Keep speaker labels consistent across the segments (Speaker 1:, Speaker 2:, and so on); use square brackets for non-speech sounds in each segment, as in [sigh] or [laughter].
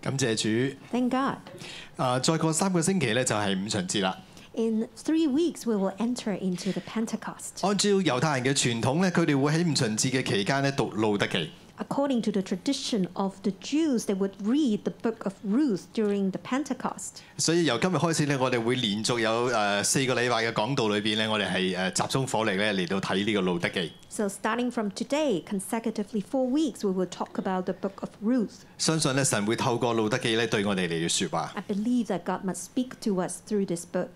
Speaker 1: 感謝主。
Speaker 2: Thank God.
Speaker 1: 啊，再過三個星期咧就係五旬節啦。
Speaker 2: In three weeks, we will enter into the Pentecost.
Speaker 1: 按照猶太人嘅傳統咧，佢哋會喺五旬節嘅期間咧讀路德記。
Speaker 2: According to the tradition of the Jews, they would read the book of Ruth during the Pentecost.
Speaker 1: 所以由今日開始咧，我哋會連續有誒四個禮拜嘅講道裏邊咧，我哋係呃誒集中火力咧嚟到睇呢個路德記。
Speaker 2: So, starting from today, consecutively four weeks, we will talk about the book of Ruth.
Speaker 1: 相信咧神會透過路德記咧對我哋嚟到説話。
Speaker 2: I believe that God must speak to us through this book.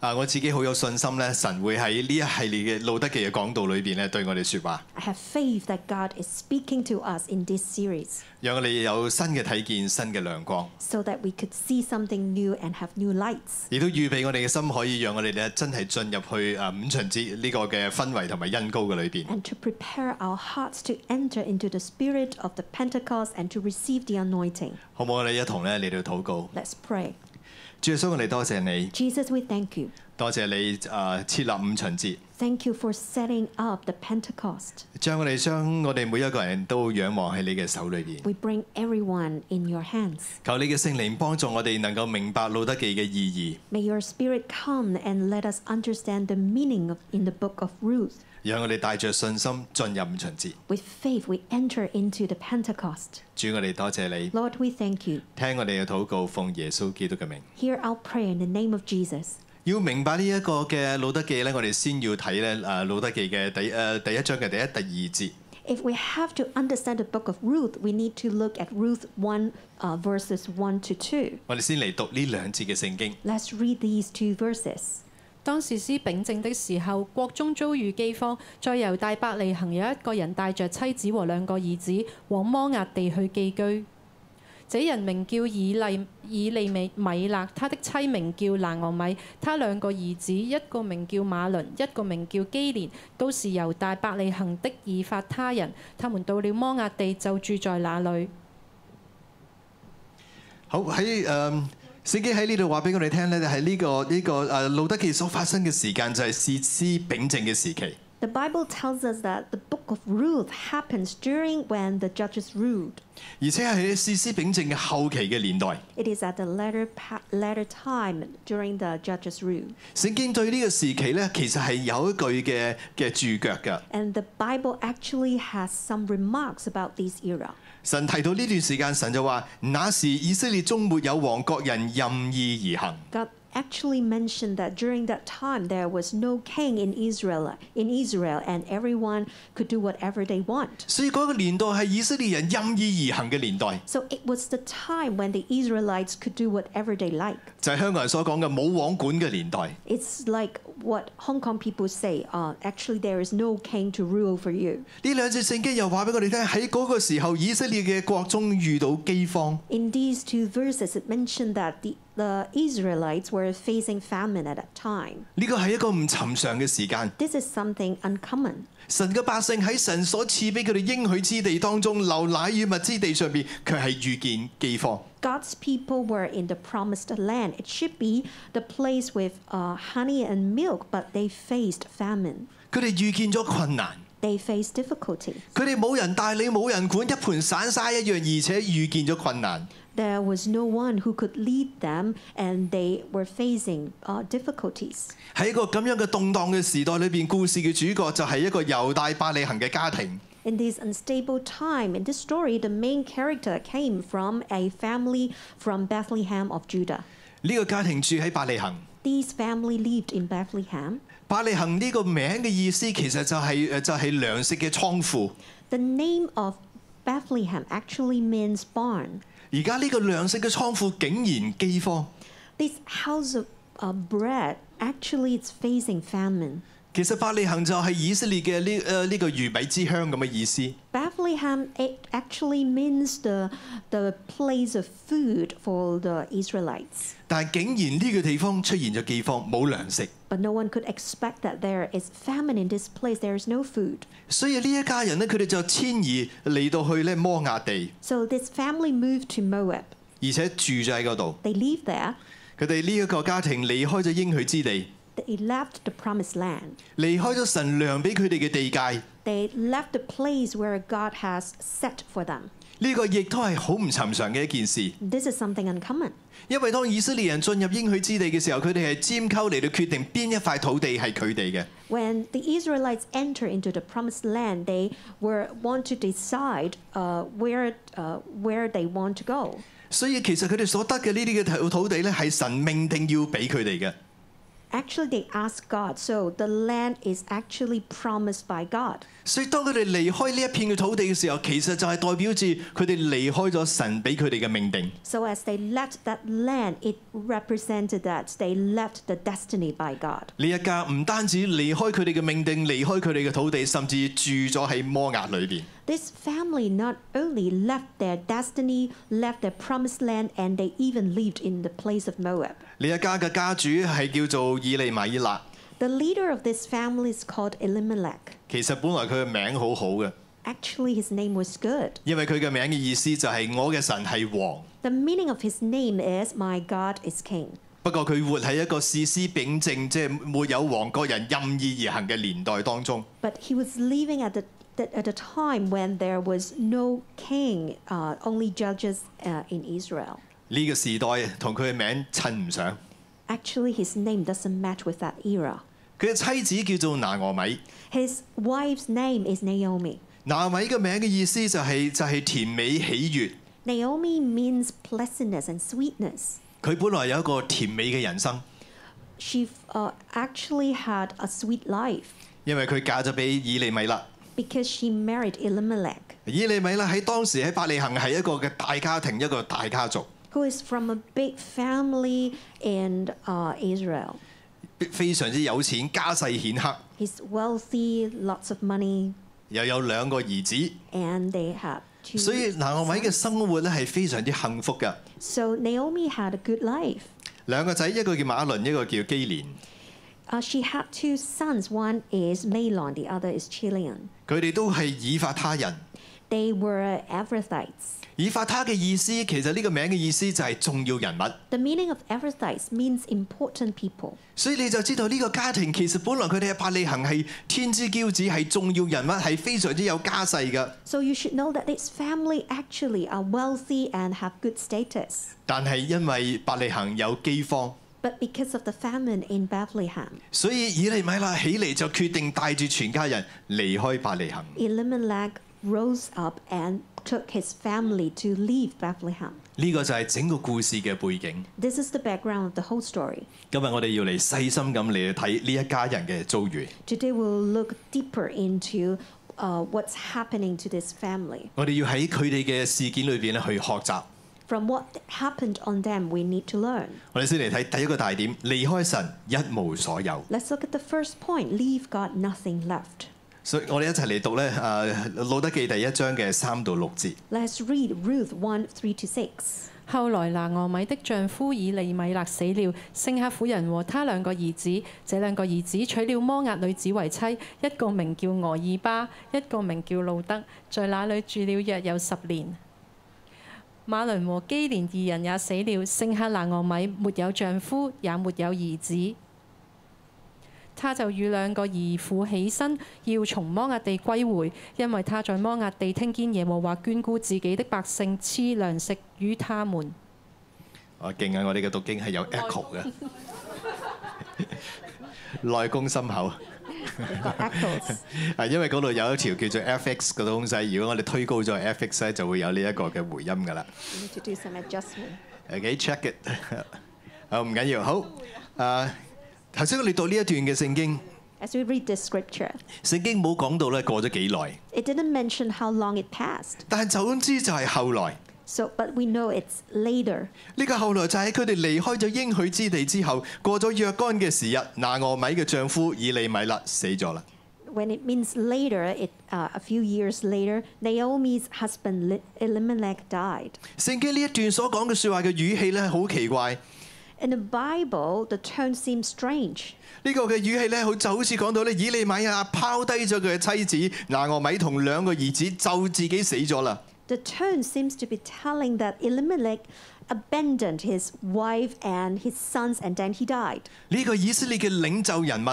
Speaker 1: 啊，我自己好有信心咧，神會喺呢一系列嘅路德記嘅講道裏邊咧對我哋説話，
Speaker 2: I have faith that God is speaking to us in this series
Speaker 1: 讓我哋有新嘅睇見、新嘅亮光，
Speaker 2: so that we could see something new and have new lights.
Speaker 1: 亦都預備我哋嘅心可以讓我哋咧真係進入去啊五旬節呢個嘅氛圍同埋恩高嘅裏邊。
Speaker 2: and to prepare our hearts to enter into the spirit of the Pentecost and to receive the anointing.
Speaker 1: 好唔好？我哋一同咧嚟到禱告。
Speaker 2: Let's pray.
Speaker 1: 主耶穌，我哋多謝你，
Speaker 2: Jesus, we thank you.
Speaker 1: 多謝你誒、呃設立五旬節，
Speaker 2: Thank you for setting up the Pentecost.
Speaker 1: 將我哋將我哋每一個人都仰望喺你嘅手裏邊。
Speaker 2: We bring everyone in your hands.
Speaker 1: 求你嘅聖靈幫助我哋能夠明白路德記嘅意
Speaker 2: May your spirit come and let us understand the meaning of, in the book of Ruth.
Speaker 1: 義，讓我哋帶着信心進入五旬節。
Speaker 2: With faith, we enter into the Pentecost.
Speaker 1: 主，我哋多謝你，
Speaker 2: Lord, we thank you.
Speaker 1: 聽我哋嘅禱告，奉耶穌基督嘅名。
Speaker 2: Hear our prayer in the name of Jesus.
Speaker 1: 要明白呢一個嘅路德記咧，我哋先要睇咧誒路德記嘅第誒、呃第一章嘅第一、第二節。
Speaker 2: If we have to understand the book of Ruth, we need to look at Ruth 1 uh, verses 1 to 2.
Speaker 1: 我哋先嚟讀呢兩節嘅聖經。
Speaker 2: Let's read these two verses.
Speaker 3: 當士師秉政的時候，國中遭遇饑荒，再由大伯利行有一個人帶着妻子和兩個兒子往摩押地去寄居。這人名叫以利以利米米勒，他的妻名叫拿俄米，他兩個兒子一個名叫馬倫，一個名叫基連，都是由大伯利行的以法他人。他們到了摩押地就住在那裏。
Speaker 1: 好喺誒、嗯聖經喺呢度話俾我哋聽咧，喺呢、個呢、個誒、呃路德記所發生嘅時間就係士師秉政嘅時期。
Speaker 2: The Bible tells us that the book of Ruth happens during when the judges ruled.
Speaker 1: 而且係喺士師秉政嘅後期嘅年代，
Speaker 2: It is at the latter, pa- latter time during the judges' rule.
Speaker 1: 聖經對呢個時期咧，其實係有一句嘅嘅注腳㗎。
Speaker 2: And the Bible actually has some remarks about this era.
Speaker 1: 神提到呢段時間，神就話：那時以色列中沒有王，各人任意而行。
Speaker 2: God actually mentioned that during that time there was no king in Israel, in Israel and everyone could do whatever they want.
Speaker 1: 所以嗰個年代係以色列人任意而行嘅年代，
Speaker 2: So it was the time when the Israelites could do whatever they like.
Speaker 1: 就係、香港人所講嘅冇王管嘅年代。
Speaker 2: It's like what Hong Kong people say uh, actually, there is no king to rule over you.
Speaker 1: 呢兩節聖經又話俾我哋聽，喺嗰個時候，以色列嘅國中遇到饑荒，
Speaker 2: In these two verses, it mentioned that the, the Israelites were facing famine at that time.
Speaker 1: 呢個係一個唔尋常嘅時間。
Speaker 2: This is something uncommon.
Speaker 1: 神嘅百姓喺神所賜俾佢哋應許之地當中，流奶與蜜之地上邊，卻係遇見饑荒。
Speaker 2: God's people were in the promised land. It should be the place with uh, honey and milk, but they faced famine.
Speaker 1: 佢哋遇見咗困難，
Speaker 2: They faced difficulty.
Speaker 1: 佢哋冇人帶你，冇人管，一盤散沙一樣，而且遇見咗困難。
Speaker 2: There was no one who could lead them, and they were facing uh, difficulties.
Speaker 1: 喺一個咁樣嘅動盪嘅時代裏邊，故事嘅主角就係一個猶大伯利恒嘅家庭。
Speaker 2: In this unstable time, in this story, the main character came from a family from Bethlehem of Judah.
Speaker 1: 呢、個家庭住喺伯利恒。
Speaker 2: These family lived in Bethlehem.
Speaker 1: 伯利恒呢個名嘅意思其實就係、呃誒就係、糧食嘅倉庫。
Speaker 2: The name of Bethlehem actually means barn.
Speaker 1: 而家呢個糧食嘅倉庫竟然饑荒。
Speaker 2: This house of uh, bread actually is facing famine.
Speaker 1: 其實伯利恒就係以色列嘅呢誒呢個魚米之鄉咁嘅意思。
Speaker 2: Bethlehem it actually means the the place of food for the Israelites.
Speaker 1: 但係竟然呢個地方出現咗饑荒，冇糧食，
Speaker 2: But no one could expect that there is famine in this place. There is no food.
Speaker 1: 所以呢一家人呢，佢哋就遷移嚟到去咧摩亞地，
Speaker 2: So this family moved to Moab.
Speaker 1: 而且住咗喺嗰度。
Speaker 2: They live there.
Speaker 1: 佢哋呢一個家庭離開咗應許之地，
Speaker 2: They left the promised land.
Speaker 1: 離開咗神量俾佢哋嘅地界，
Speaker 2: They left the place where God has set for them.
Speaker 1: 呢個亦都係好唔尋常嘅一件事，
Speaker 2: This is something uncommon
Speaker 1: 因為當以色列人進入應許之地嘅時候，佢哋係尖溝嚟到決定邊一塊土地係佢哋嘅。
Speaker 2: When the Israelites enter into the promised land, they were want to decide uh, where uh, where they want to go.
Speaker 1: 所以其實佢哋所得嘅呢啲嘅土土地咧，係神命定要俾佢哋嘅。
Speaker 2: Actually, they asked God, so the land is actually promised by God.
Speaker 1: 所以當佢哋離開呢一片嘅土地嘅時候，其實就係代表住佢哋離開咗神俾佢哋嘅命定。
Speaker 2: So as they left that land, it represented that they left the destiny by God.
Speaker 1: 呢一家唔單止離開佢哋嘅命定，離開佢哋嘅土地，甚至住咗喺摩押裏邊。
Speaker 2: This family not only left their destiny, left their promised land, and they even lived in the place of Moab.
Speaker 1: 呢一家嘅家主係叫做以利米勒，
Speaker 2: The leader of this family is called Elimelech.
Speaker 1: 其實本來佢嘅名好好嘅，
Speaker 2: Actually, his name was good.
Speaker 1: 因為佢嘅名嘅意思就係我嘅神係王。
Speaker 2: The meaning of his name is My God is King.
Speaker 1: 不過佢活喺一個事施秉政，即係沒有王國人任意而行嘅年代當中。
Speaker 2: But he was living at the, the, at the time when there was no king, uh, only judges uh, in Israel.
Speaker 1: 呢個時代同佢嘅名襯唔上。
Speaker 2: Actually, his name doesn't match with that era.
Speaker 1: 佢嘅妻子叫做拿俄米，
Speaker 2: His wife's name is Naomi.
Speaker 1: 拿俄米嘅名嘅意思就係、就係、甜美喜悦。
Speaker 2: Naomi means pleasantness and sweetness.
Speaker 1: 佢本來有一個甜美嘅人生，
Speaker 2: She uh, actually had a sweet life
Speaker 1: 因為佢嫁咗俾以利米勒。
Speaker 2: because she married Elimelech,
Speaker 1: 以利米勒喺當時喺伯利恒係一個嘅大家庭，一個大家族，
Speaker 2: who is from a big family in uh, Israel.
Speaker 1: 非常之有錢，家世顯赫，
Speaker 2: He's wealthy, lots of money,
Speaker 1: 又有兩個兒子，
Speaker 2: and they had two.
Speaker 1: 所以拿俄米嘅生活咧係非常之幸福嘅。
Speaker 2: So Naomi had a good life.
Speaker 1: 兩個仔，一個叫馬倫，一個叫基連。
Speaker 2: Uh, she had two sons. One is Malon, the other is Chilion.
Speaker 1: 佢哋都係以法他人。
Speaker 2: They were Ephrathites.
Speaker 1: 以法他嘅意思，其實呢個名嘅意思就係重要人物，
Speaker 2: The meaning of Ephrathites means important people.
Speaker 1: 所以你就知道呢個家庭其實本來佢哋喺伯利恒係天之驕子，係重要人物，係非常之有家世嘅。
Speaker 2: So you should know that this family actually are wealthy and have good status.
Speaker 1: 但係因為伯利恒有饑荒，
Speaker 2: But because of the famine in Bethlehem,
Speaker 1: 所以以利米勒起嚟就決定帶住全家人離開伯利恒。
Speaker 2: Elimelech rose up and took his family to leave Bethlehem.
Speaker 1: 呢、個就係整個故事嘅背景。
Speaker 2: This is the background of the whole story.
Speaker 1: 今日我哋要嚟細心咁嚟睇呢一家人嘅遭遇。
Speaker 2: Today we'll look deeper into uh, what's happening to this family.
Speaker 1: 我哋要喺佢哋嘅事件裏邊咧去學習。
Speaker 2: From what happened on them, we need to learn.
Speaker 1: 我哋先嚟睇第一個大點：離開神一無所有。
Speaker 2: Let's look at the first point leave God nothing left.
Speaker 1: 所以我哋一齊嚟讀咧，誒、路德記》第一章嘅三到六節。
Speaker 2: Let's read Ruth 1 3 to 6.
Speaker 3: 後來拿俄米的丈夫以利米勒死了，剩下婦人和他兩個兒子。這兩個兒子娶了摩押女子為妻，一個名叫俄爾巴，一個名叫路德，在那裏住了約有十年。馬倫和基連二人也死了，剩下拿俄米沒有丈夫，也沒有兒子。他就與兩個兒婦起身，要從摩押地歸回，因為他在摩押地聽見耶和華眷顧自己的百姓，賜糧食與他們。
Speaker 1: 我勁啊！我哋嘅讀經係有 echo 嘅， [laughs] 內功深厚。
Speaker 2: They've got echoes.
Speaker 1: 係因為嗰度有一條叫做 FX 嘅東西，如果我哋推高咗 FX 咧，就會有呢一個嘅回音㗎啦。
Speaker 2: we need to do some adjustment.
Speaker 1: OK，check、it [laughs] 好唔緊要，好。誒，頭先我哋讀呢一段嘅聖經，
Speaker 2: As we read this scripture,
Speaker 1: 聖經冇講到咧過咗幾耐，
Speaker 2: it didn't mention how long it passed.
Speaker 1: 但係總之就係後來。
Speaker 2: So, but we know it's later.
Speaker 1: 呢個後來就喺佢哋離開咗應許之地之後，過咗若干嘅時日，拿俄米嘅丈夫以利米勒死咗啦。
Speaker 2: When it means later, it uh, a few years later, Naomi's husband Li- Elimelech died.
Speaker 1: 聖經呢一段所講嘅説話嘅語氣呢，好奇怪。
Speaker 2: In the Bible, the tone seems strange.
Speaker 1: 呢個嘅語氣呢，好就好似講到呢：「以利米亞拋低咗佢嘅妻子拿俄米同兩個兒子，就自己死咗啦。
Speaker 2: The tone seems to be telling that Elimelech abandoned his wife and his sons, and then he died.
Speaker 1: 呢、個以色列嘅領袖人物，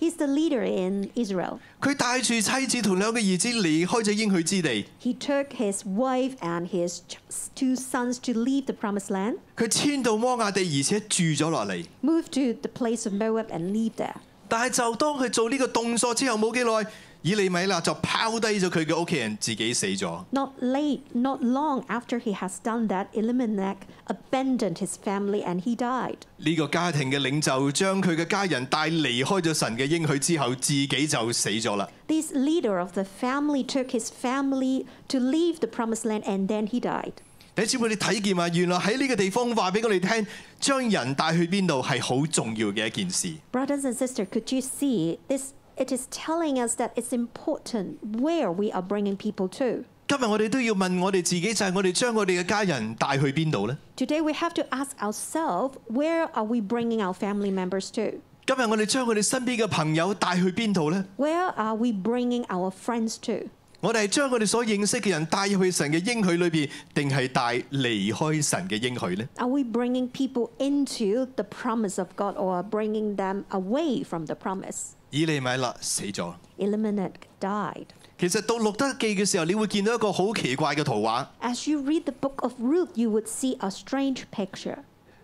Speaker 2: He He's the leader in Israel.
Speaker 1: 佢帶住妻子同兩個兒子離開咗應許之地，
Speaker 2: He took his wife and his ch- two sons to leave the promised land,
Speaker 1: 佢遷到摩亞地，而且住咗落嚟。
Speaker 2: move to the place of Moab and live there.
Speaker 1: 但係就當佢做呢個動作之後冇幾耐，以利米勒就拋低咗佢嘅屋企人，自己死咗。
Speaker 2: Not late, not long after he has done that, Elimelech abandoned his family and he died.
Speaker 1: 呢、個家庭嘅領袖將佢嘅家人帶離開咗神嘅應許之後，自己就死咗啦。
Speaker 2: This leader of the family took his family to leave the promised land and then he died.
Speaker 1: 你知唔知你睇見啊？原來喺呢個地方話俾我哋聽，將人帶去邊度係好重要嘅一件事。
Speaker 2: Brothers and sisters, could you see this? It is telling us that it's important where we are bringing people to.
Speaker 1: 今日我哋都要問我哋自己，就係我哋將我哋嘅家人帶去邊度呢？
Speaker 2: Today we have to ask ourselves where are we bringing our family members to?
Speaker 1: 今日我哋將我哋身邊嘅朋友帶去邊度呢？
Speaker 2: Where are we bringing our friends to?
Speaker 1: 我哋係將我哋所認識嘅人帶入去神嘅應許裏邊，定係帶離開神嘅應許呢？
Speaker 2: Are we bringing people into the promise of God or bringing them away from the promise?
Speaker 1: 以利米勒死咗。
Speaker 2: Elimelech died.
Speaker 1: 其實到錄得記嘅時候，你會見到一個好奇怪嘅圖畫，
Speaker 2: As you read the book of Ruth, you would see a strange picture.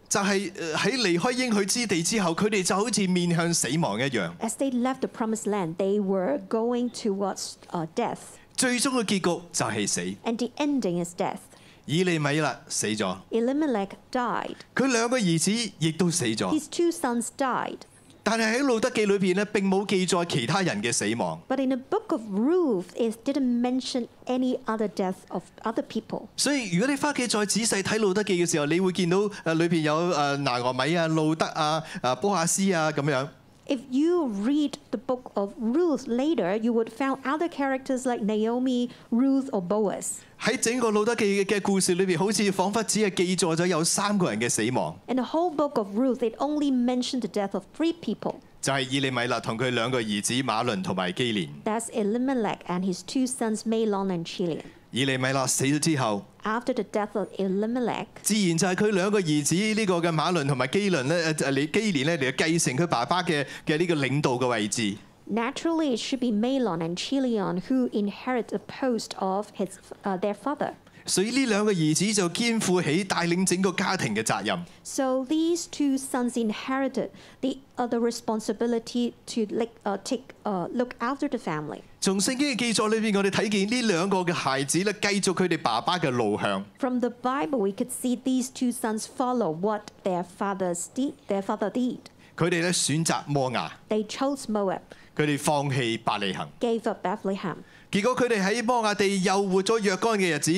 Speaker 1: 就係呃喺離開應許之地之後，佢哋就好似面向死亡一樣。
Speaker 2: As they left the promised land, they were going towards uh, death,
Speaker 1: 最終嘅結局就係死。
Speaker 2: and the ending is death.
Speaker 1: 以利米勒死咗，
Speaker 2: Elimelech died.
Speaker 1: 佢兩個兒子亦都死咗。
Speaker 2: His two sons died.
Speaker 1: 但係喺路德記裏邊咧，並冇記載其他人嘅死亡，
Speaker 2: But in the book of Ruth, it didn't mention any other death of other people.
Speaker 1: 所以如果你翻屋企再仔細睇路德記嘅時候，你會見到誒裏邊有誒拿俄米啊、路德啊、誒波亞斯啊咁樣。
Speaker 2: If you read the book of Ruth later, you would find other characters like Naomi, Ruth, or Boaz.
Speaker 1: 喺整個路德記嘅故事裏邊，好似彷彿只係記載咗有三個人嘅死亡，
Speaker 2: In the whole book of Ruth, it only mentioned the death of three people.
Speaker 1: 就係、以利米勒同佢兩個兒子馬倫同埋基連。
Speaker 2: That's Elimelech and his two sons, Malon and Chilion.
Speaker 1: 以利米勒死咗之後，
Speaker 2: After the death of Elimelech,
Speaker 1: 自然就係佢兩個兒子呢個嘅馬倫同埋基倫咧，誒你基連咧嚟繼承佢爸爸嘅嘅呢個領導嘅位置。
Speaker 2: naturally it should be Malon and Chilion who inherit the post of his, uh, their father.
Speaker 1: 所以呢兩個兒子就肩負起帶領整個家庭嘅責任。
Speaker 2: So these two sons inherited the other responsibility to like, uh, take, uh, look after the family.
Speaker 1: 從聖經嘅記載裏邊，我哋睇見呢兩個嘅孩子咧，繼續佢哋爸爸嘅路向。
Speaker 2: From the Bible, we could see these two sons follow what their father's de- their father did.
Speaker 1: 佢哋咧選擇摩亞，
Speaker 2: They chose Moab,
Speaker 1: 佢哋放棄伯利恒。
Speaker 2: gave up Bethlehem,
Speaker 1: 結果佢哋喺摩亞地又活咗若干嘅日子，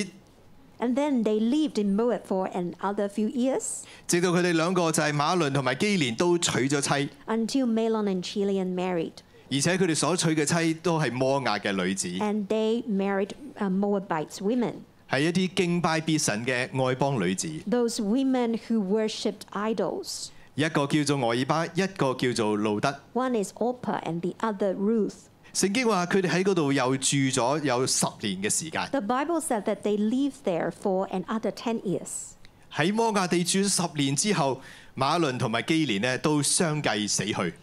Speaker 2: and then they lived in Moab for another few years
Speaker 1: 直到佢哋兩個就係馬倫同埋基連都娶咗妻，
Speaker 2: until Malon and Chilion married,
Speaker 1: 而且佢哋所娶嘅妻都係摩亞嘅女子，
Speaker 2: and they married uh, Moabites women,
Speaker 1: 係一啲敬拜別神嘅外邦女子。
Speaker 2: those women who worshipped idols.
Speaker 1: 一個叫做俄爾巴，一個叫做路德。
Speaker 2: One is Orpah and the other Ruth.
Speaker 1: 聖經話佢哋喺嗰度又住咗有十年嘅時間，
Speaker 2: The Bible said that they lived there for another 10 years.
Speaker 1: 喺摩亞地住咗十年之後，馬倫同埋基連呢都相繼死去。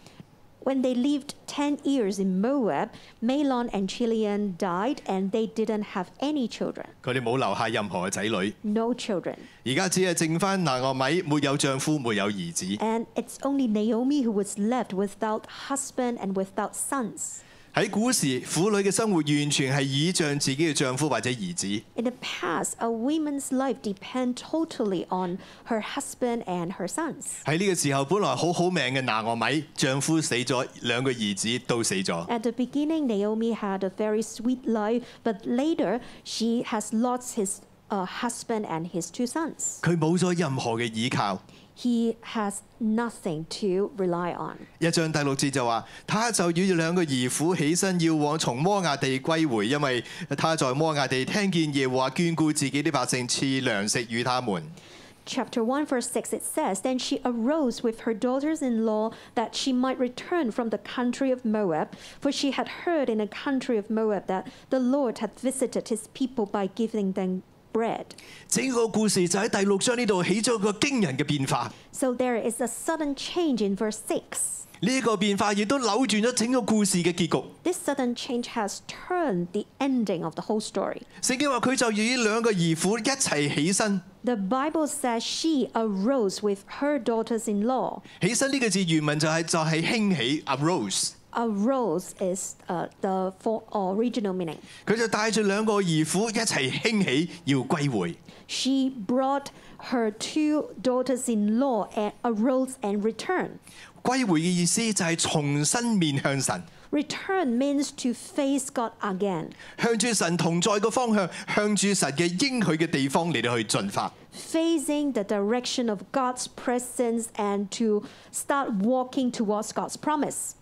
Speaker 2: When they lived 10 years in Moab, Malon and Chilion died and they didn't have any children,
Speaker 1: 佢哋冇留下任何嘅仔女，
Speaker 2: no children.
Speaker 1: 而家只係剩翻拿俄米，沒有丈夫，沒有兒子。
Speaker 2: And it's only Naomi who was left without husband and without sons.
Speaker 1: 喺古時，婦女嘅生活完全係倚仗自己嘅丈夫或者兒子。
Speaker 2: In the past, a woman's life depend totally on her husband and her sons.
Speaker 1: 喺呢個時候，本來好好命嘅拿俄米，丈夫死咗，兩個兒子都死咗。
Speaker 2: At the beginning, Naomi had a very sweet life, but later she has lost his uh, husband and his two sons.
Speaker 1: 佢冇咗任何嘅倚靠。
Speaker 2: He has nothing to rely on.
Speaker 1: 一章第六節就話：，他就與兩個兒婦起身，要往從摩亞地歸回，因為他在摩亞地聽見耶和華眷顧自己的百姓，賜糧食與他們。
Speaker 2: Chapter 1, verse 6, it says, Then she arose with her daughters in law that she might return from the country of Moab, for she had heard in the country of Moab that the Lord had visited his people by giving them bread.
Speaker 1: 整個故事就喺第六章呢度起咗個驚人嘅變化。
Speaker 2: So there is a sudden change in verse 6.
Speaker 1: 呢個變化亦都扭轉咗整個故事嘅結局。
Speaker 2: This sudden change has turned the ending of the whole story.
Speaker 1: 聖經話佢就與兩個兒婦一齊起身。
Speaker 2: The Bible says she arose with her daughters in law.
Speaker 1: 起身呢個字原文就係、就係、興起 arose。
Speaker 2: Arose is uh, the for, uh, original meaning.
Speaker 1: 佢就帶住兩個兒婦一齊興起，要歸回。
Speaker 2: She brought her two daughters in law and arose and returned.
Speaker 1: 歸回嘅意思就係重新面向神，
Speaker 2: Return means to face God again,
Speaker 1: 向住神同在嘅方向，向住神嘅應許嘅地方嚟到去進發。
Speaker 2: facing the direction of God's presence and to start walking towards God's promise.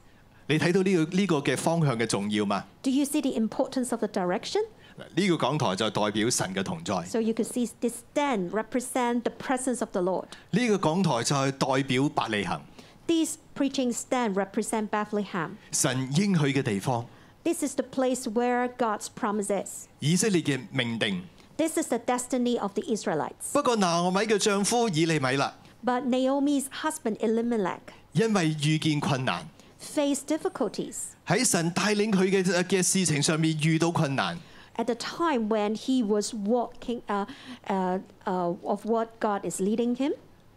Speaker 1: 你睇到呢、個呢、個嘅方向嘅重要嘛？
Speaker 2: Do you see the importance of the direction?
Speaker 1: 呢、個講台就代表神嘅同在，呢、
Speaker 2: So you can see this stand represent the presence of the Lord.
Speaker 1: 個講台就係代表百里行，
Speaker 2: These preaching stand represent Bethlehem.
Speaker 1: 神應許嘅地方，
Speaker 2: This is the place where God's promise is.
Speaker 1: 以色列嘅命定。
Speaker 2: This is the destiny of the Israelites.
Speaker 1: 不過拿俄米嘅丈夫以利米勒，
Speaker 2: But Naomi's husband Elimelech
Speaker 1: 因為遇見困難，
Speaker 2: faced difficulties
Speaker 1: 喺神帶領佢嘅嘅事情上面遇到困難，
Speaker 2: at the time when he was walking uh, uh, uh, of what God is leading him.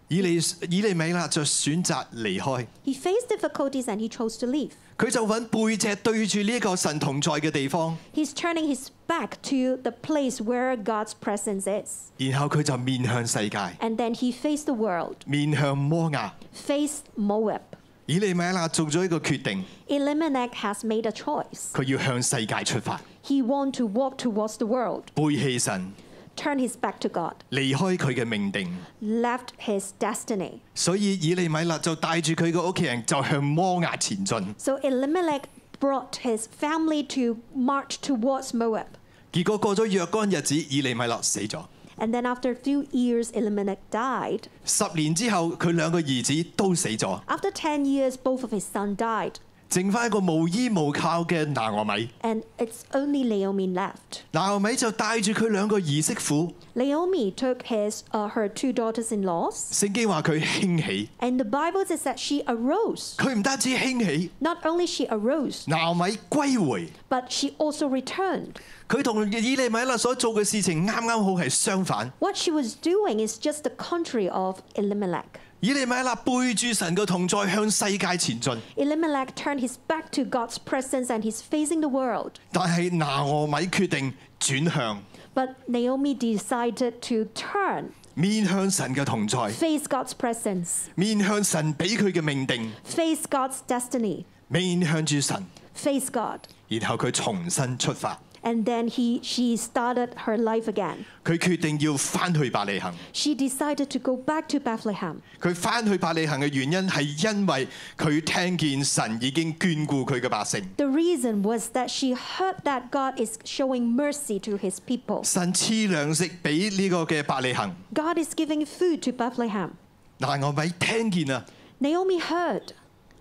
Speaker 1: 以利以利米勒就選擇離開。
Speaker 2: He faced difficulties and he chose to leave.
Speaker 1: 佢就揾背脊對住呢個神同在嘅地方，
Speaker 2: He's turning his back to the place where God's presence is.
Speaker 1: 然後佢就面向世界，
Speaker 2: And then he faced the world,
Speaker 1: 面向摩亞。
Speaker 2: faced Moab.
Speaker 1: 以利米勒做咗一個決定，
Speaker 2: Elimelech has made a choice.
Speaker 1: 佢要向世界出發，
Speaker 2: He wants to walk towards the world,
Speaker 1: 背棄神，
Speaker 2: turn his back to God,
Speaker 1: 離開佢嘅命定。
Speaker 2: left his destiny.
Speaker 1: 所以以利米勒就帶住佢個屋企人就向摩亞前進。
Speaker 2: So Elimelech brought his family to march towards Moab.
Speaker 1: 結果過咗若干日子，以利米勒死咗。
Speaker 2: And then after a few years, Elimelech died.
Speaker 1: 十年之後，佢兩個兒子都死咗，
Speaker 2: After 10 years, both of his sons died.
Speaker 1: 剩翻一個無依無靠嘅拿俄米。
Speaker 2: And it's only Naomi left.
Speaker 1: 拿俄米就帶住佢兩個兒媳婦，
Speaker 2: Naomi took his, uh, her two daughters-in-laws.
Speaker 1: 聖經話佢興起，
Speaker 2: And the Bible says that she arose.
Speaker 1: 佢唔單止興起。
Speaker 2: Not only she arose,
Speaker 1: 拿俄米歸回，
Speaker 2: but she also returned.
Speaker 1: 佢同以利米勒所做嘅事情啱啱好係相反。
Speaker 2: What she was doing is just the contrary of Elimelech.
Speaker 1: 以利米勒背住神嘅同在向世界前進，
Speaker 2: Elimelech turned his back to God's presence and he's facing the world.
Speaker 1: 但係拿俄米決定轉向，
Speaker 2: But Naomi decided to turn,
Speaker 1: 面向神嘅同在，
Speaker 2: face God's presence,
Speaker 1: 面向神俾佢嘅命定，
Speaker 2: face God's destiny,
Speaker 1: 面向住神，
Speaker 2: face God.
Speaker 1: 然後佢重新出發。
Speaker 2: And then he, she started her life again.
Speaker 1: 佢決定要翻去伯利恒。
Speaker 2: She decided to go back to Bethlehem.
Speaker 1: 佢翻去伯利恒嘅原因係因為佢聽見神已經眷顧佢嘅百姓，
Speaker 2: The reason was that she heard that God is showing mercy to his people.
Speaker 1: 神賜糧食俾呢個嘅伯利恒。
Speaker 2: God is giving food to Bethlehem.
Speaker 1: 拿俄米聽見啊！
Speaker 2: Naomi heard.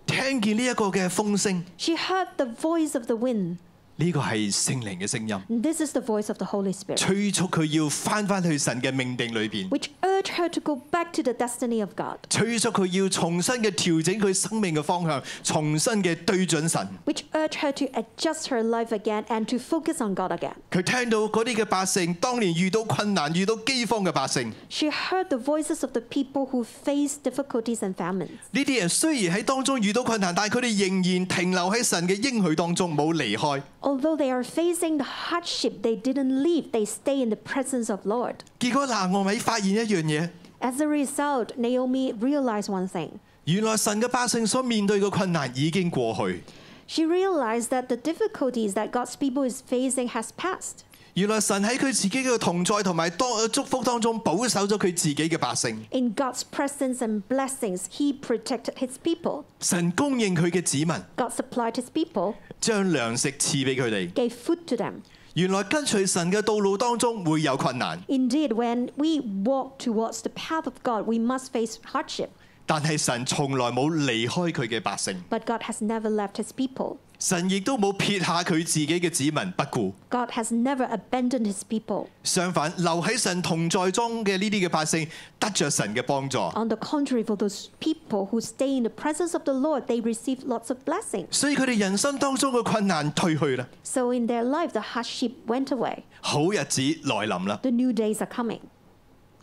Speaker 1: 聽見呢一個嘅風聲，
Speaker 2: She heard the voice of the wind.
Speaker 1: 呢、個係聖靈嘅聲音，
Speaker 2: This is the voice of the Holy Spirit,
Speaker 1: 催促佢要翻返去神嘅命定裏邊，
Speaker 2: which urged her to go back to the destiny of God,
Speaker 1: 催促佢要重新嘅調整佢生命嘅方向，重新嘅對準神。
Speaker 2: which urged her to adjust her life again and to focus on God again.
Speaker 1: 佢聽到嗰啲嘅百姓，當年遇到困難、遇到饑荒嘅百姓，呢
Speaker 2: She heard the voices of the people who faced difficulties and famines.
Speaker 1: 啲人雖然喺當中遇到困難，但係佢哋仍然停留喺神嘅應許當中，冇離開。
Speaker 2: Although they are facing the hardship, they didn't leave. They stay in the presence of Lord.
Speaker 1: 結果拿俄米發現一樣嘢，
Speaker 2: As a result, Naomi realized one thing.
Speaker 1: 原來神嘅百姓所面對嘅困難已經過去，
Speaker 2: She realized that the difficulties that God's people is facing has passed.
Speaker 1: 原來神喺佢自己嘅同在同埋當祝福當中保守咗佢自己嘅百姓，
Speaker 2: In God's presence and blessings, He protected His people.
Speaker 1: 神供應佢嘅子民，
Speaker 2: God supplied His people,
Speaker 1: 將糧食賜俾佢哋。
Speaker 2: gave food to them.
Speaker 1: 原來跟隨神嘅道路當中會有困難，
Speaker 2: Indeed, when we walk towards the path of God, we must face hardship.
Speaker 1: 但係神從來冇離開佢嘅百姓，
Speaker 2: But God has never left His people.
Speaker 1: 神亦都冇撇下佢自己嘅子民不顧。
Speaker 2: God has never abandoned his people.
Speaker 1: 相反，留喺神同在中嘅呢啲嘅百姓，得着神嘅幫助。
Speaker 2: On the contrary, for those people who stay in the presence of the Lord, they receive lots of blessings.
Speaker 1: 所以佢哋人生當中嘅困難退去啦，
Speaker 2: So in their life, the hardship went away.
Speaker 1: 好日子來臨啦。
Speaker 2: The new days are coming.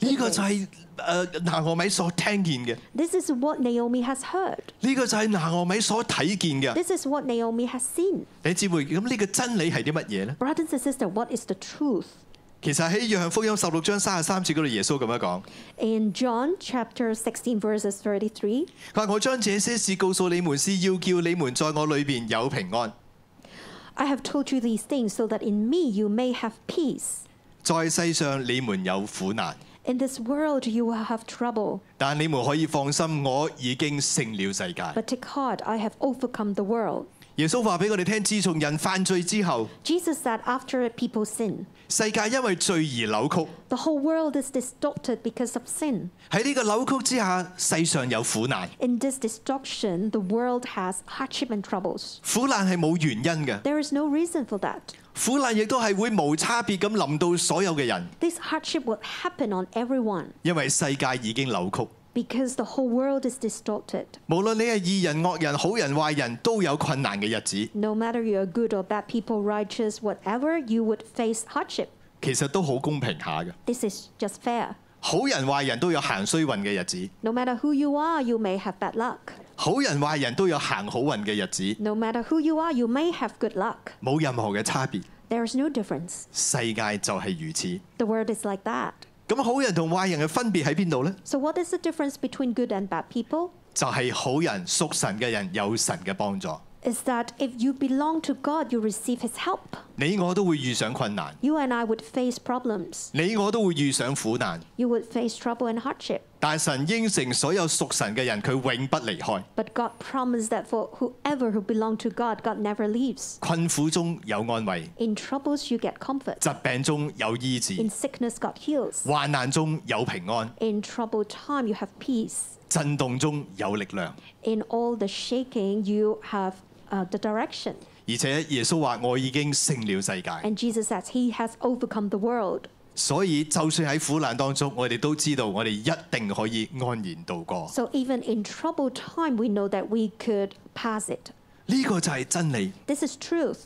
Speaker 1: 呢、個就係誒拿俄米所聽見嘅，
Speaker 2: This is what Naomi has heard.
Speaker 1: 呢、個就係拿俄米所睇見嘅。
Speaker 2: This is what Naomi has seen.
Speaker 1: 你姊妹，咁呢個真理係啲乜嘢呢？
Speaker 2: Brothers and sisters, what is the truth?
Speaker 1: 其實喺約翰福音十六章三十三節嗰度，耶穌咁樣講：
Speaker 2: In John chapter 16, verses 33,
Speaker 1: 佢話我將這些事告訴你們，是要叫你們在我裏邊有平安。
Speaker 2: I have told you these things so that in me you may have peace.
Speaker 1: 在世上你們有苦難，
Speaker 2: In this world you will have trouble,
Speaker 1: 但你們可以放心，我已經勝了世界。
Speaker 2: but take heart, I have overcome the world.
Speaker 1: 耶穌話俾我哋聽，自從人犯罪之後，
Speaker 2: Jesus said, after people sin,
Speaker 1: 世界因為罪而扭曲。
Speaker 2: the whole world is distorted because of sin.
Speaker 1: 喺呢個扭曲之下，世上有苦難，
Speaker 2: In this distortion, the world has hardship and troubles.
Speaker 1: 苦難係冇原因嘅，
Speaker 2: There is no reason for that.
Speaker 1: 苦難亦都係會無差別咁臨到所有嘅人，
Speaker 2: This hardship will happen on everyone
Speaker 1: 因為世界已經扭曲。
Speaker 2: because the whole world is distorted.
Speaker 1: 無論你係義人、惡人、好人、壞人，都有困難嘅日子，
Speaker 2: No matter you're good or bad people, righteous, whatever, you would face hardship.
Speaker 1: 其實都好公平下嘅。
Speaker 2: This is just fair.
Speaker 1: 好人、壞人都有行衰運嘅日子，
Speaker 2: No matter who you are, you may have bad luck.
Speaker 1: 好人、壞人都有行好運嘅日子，
Speaker 2: No matter who you are, you may have good luck.
Speaker 1: 冇任何嘅差別。
Speaker 2: There is no difference.
Speaker 1: 世界就係如此。
Speaker 2: The world is like that.
Speaker 1: 咁好人同壞人嘅分別喺邊度呢？
Speaker 2: So, what is the difference between good and bad people?
Speaker 1: 就係、好人屬神嘅人有神嘅幫助，
Speaker 2: Is that if you belong to God, you receive His help.
Speaker 1: 你我都會遇上困難。
Speaker 2: You and I would face problems.
Speaker 1: 你我都會遇上苦難，
Speaker 2: You would face trouble and hardship.
Speaker 1: 但神應承所有屬神嘅人，佢永不離開。
Speaker 2: But God promised that for whoever who belong to God, God never leaves.
Speaker 1: 困苦中有安慰，
Speaker 2: In troubles, you get comfort.
Speaker 1: 疾病中有醫
Speaker 2: In
Speaker 1: 治，
Speaker 2: sickness, God heals.
Speaker 1: 患難中有平安，
Speaker 2: In troubled time, you have peace.
Speaker 1: 震動中有力量。
Speaker 2: In all the shaking, you have uh, the direction.
Speaker 1: 而且耶穌話：我已經勝了世界。
Speaker 2: And Jesus says he has overcome the world.
Speaker 1: 所以就算喺苦難當中，我哋都知道我哋一定可以安然度過。
Speaker 2: So even in troubled time, we know that we could pass it.
Speaker 1: 呢、個就係真理。
Speaker 2: This is truth.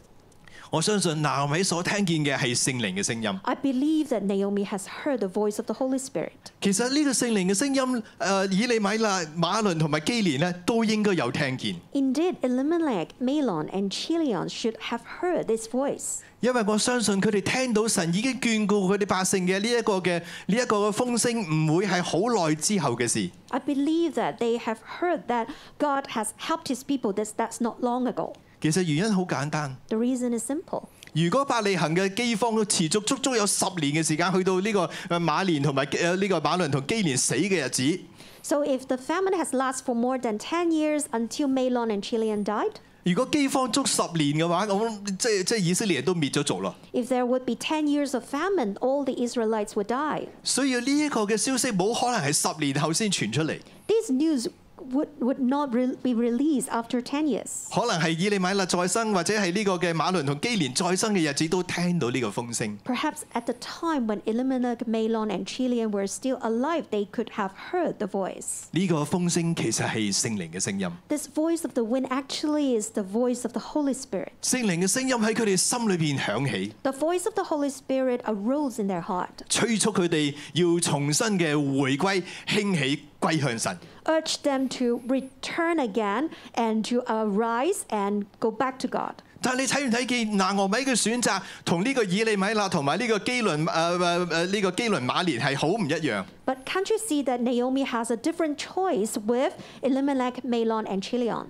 Speaker 1: 我相信拿米所聽見嘅係聖靈嘅聲音。
Speaker 2: I believe that Naomi has heard the voice of the Holy Spirit.
Speaker 1: 其實呢個聖靈嘅聲音，誒、以利米勒、馬倫同埋基連呢，都應該有聽見。
Speaker 2: Indeed, Elimelech, Malon, and Chilion should have heard this voice
Speaker 1: 因為我相信佢哋聽到神已經眷顧佢哋百姓嘅呢一個嘅呢一個嘅風聲，唔會係好耐之後嘅事。
Speaker 2: I believe that they have heard that God has helped his people. This, that's not long ago.
Speaker 1: 其實原因好簡單，
Speaker 2: The reason is simple.
Speaker 1: 如果百利行嘅饑荒都持續足足有十年嘅時間，去到呢個呃馬年同埋呃呢個馬倫同基連死嘅日子，
Speaker 2: So, if the famine has lasted for more than 10 years until Malon and Chilion died,
Speaker 1: 如果饑荒足十年嘅話，咁即係即係以色列人都滅咗族咯。
Speaker 2: if there would be 10 years of famine, all the Israelites would die.
Speaker 1: 所以呢一個嘅消息冇可能係十年後先傳出嚟，
Speaker 2: This news would, would not re- be released after 10 years.
Speaker 1: 可能係以利米勒再生或者係呢個嘅馬倫同基連再生嘅日子都聽到呢個風聲。
Speaker 2: Perhaps at the time when Elimelech, Malon, and Chilion were still alive, they could have heard the voice.
Speaker 1: 呢個風聲其實係聖靈嘅聲音，
Speaker 2: This voice of the wind actually is the voice of the Holy Spirit.
Speaker 1: 聖靈嘅聲音喺佢哋心裏邊響起，
Speaker 2: The voice of the Holy Spirit arose in their heart,
Speaker 1: 催促佢哋要重新嘅回歸、興起、歸向神。
Speaker 2: urged them to return again and to arise and go back to God.
Speaker 1: 但係你睇唔睇見拿俄米嘅選擇同呢個以利米勒同埋呢個基倫誒誒誒呢個基倫馬連係好唔一樣？
Speaker 2: But can't you see that Naomi has a different choice with Elimelech, Malon, and Chilion?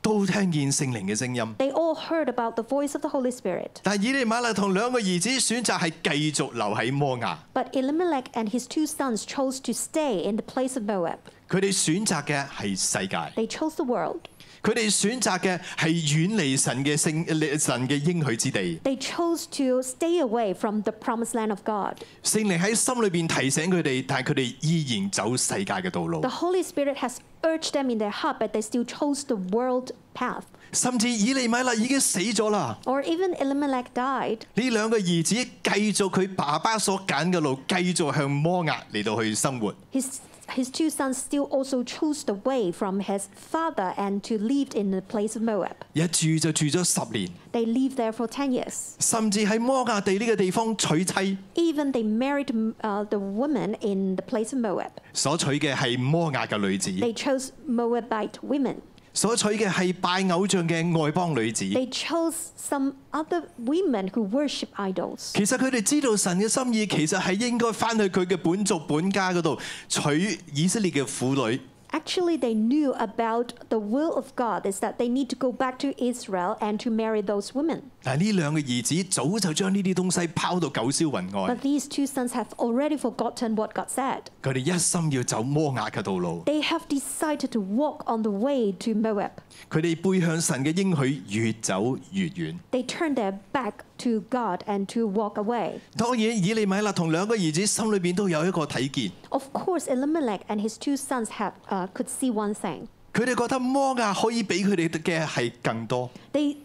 Speaker 1: 都聽見聖靈嘅聲音，
Speaker 2: They all heard about the voice of the Holy Spirit.
Speaker 1: 但係以利米勒同兩個兒子選擇係繼續留喺摩亞，
Speaker 2: But Elimelech and his two sons chose to stay in the place of Moab.
Speaker 1: 佢哋選擇嘅係世界。
Speaker 2: They chose the world.
Speaker 1: 佢哋選擇嘅係遠離神嘅聖呃神嘅應許之地。
Speaker 2: They chose to stay away from the promised land of God.
Speaker 1: 聖靈喺心裏邊提醒佢哋，但係佢哋依然走世界嘅道路
Speaker 2: The，Holy Spirit has urged them in their heart, but they still chose the world path.
Speaker 1: 甚至以利米勒已經死咗啦。
Speaker 2: Or even Elimelech died,
Speaker 1: 呢兩個兒子繼續佢爸爸所揀嘅路，繼續向摩押嚟到去生活。
Speaker 2: his, his two sons still also chose the way from his father and to live in the place of Moab.
Speaker 1: 一住就住咗十年，
Speaker 2: They lived there for 10 years.
Speaker 1: 甚至喺摩押地呢個地方娶妻，
Speaker 2: Even they married mm, uh, the woman in the place of Moab.
Speaker 1: 所娶嘅係摩押嘅女子，
Speaker 2: They chose Moabite women.
Speaker 1: 所娶嘅係拜偶像嘅外邦女子。
Speaker 2: They chose some other women who worship idols.
Speaker 1: 其實佢哋知道神嘅心意，其實係應該翻去佢嘅本族本家嗰度娶以色列嘅婦女。
Speaker 2: Actually, they knew about the will of God is that they need to go back to Israel and to marry those women.
Speaker 1: 但呢兩個兒子早就將呢啲東西拋到九霄雲外
Speaker 2: But，these two sons have already forgotten what God said.
Speaker 1: 佢哋一心要走摩押嘅道路，
Speaker 2: They have decided to walk on the way to Moab.
Speaker 1: 佢哋背向神嘅應許，越走越遠。
Speaker 2: They turned their back to God and to walk away.
Speaker 1: 當然，以利米勒同兩個兒子心裏邊都有一個睇見，
Speaker 2: Of course, Elimelech and his two sons had, uh, could see one thing.
Speaker 1: 佢哋覺得摩押可以俾佢哋嘅係更多。
Speaker 2: They,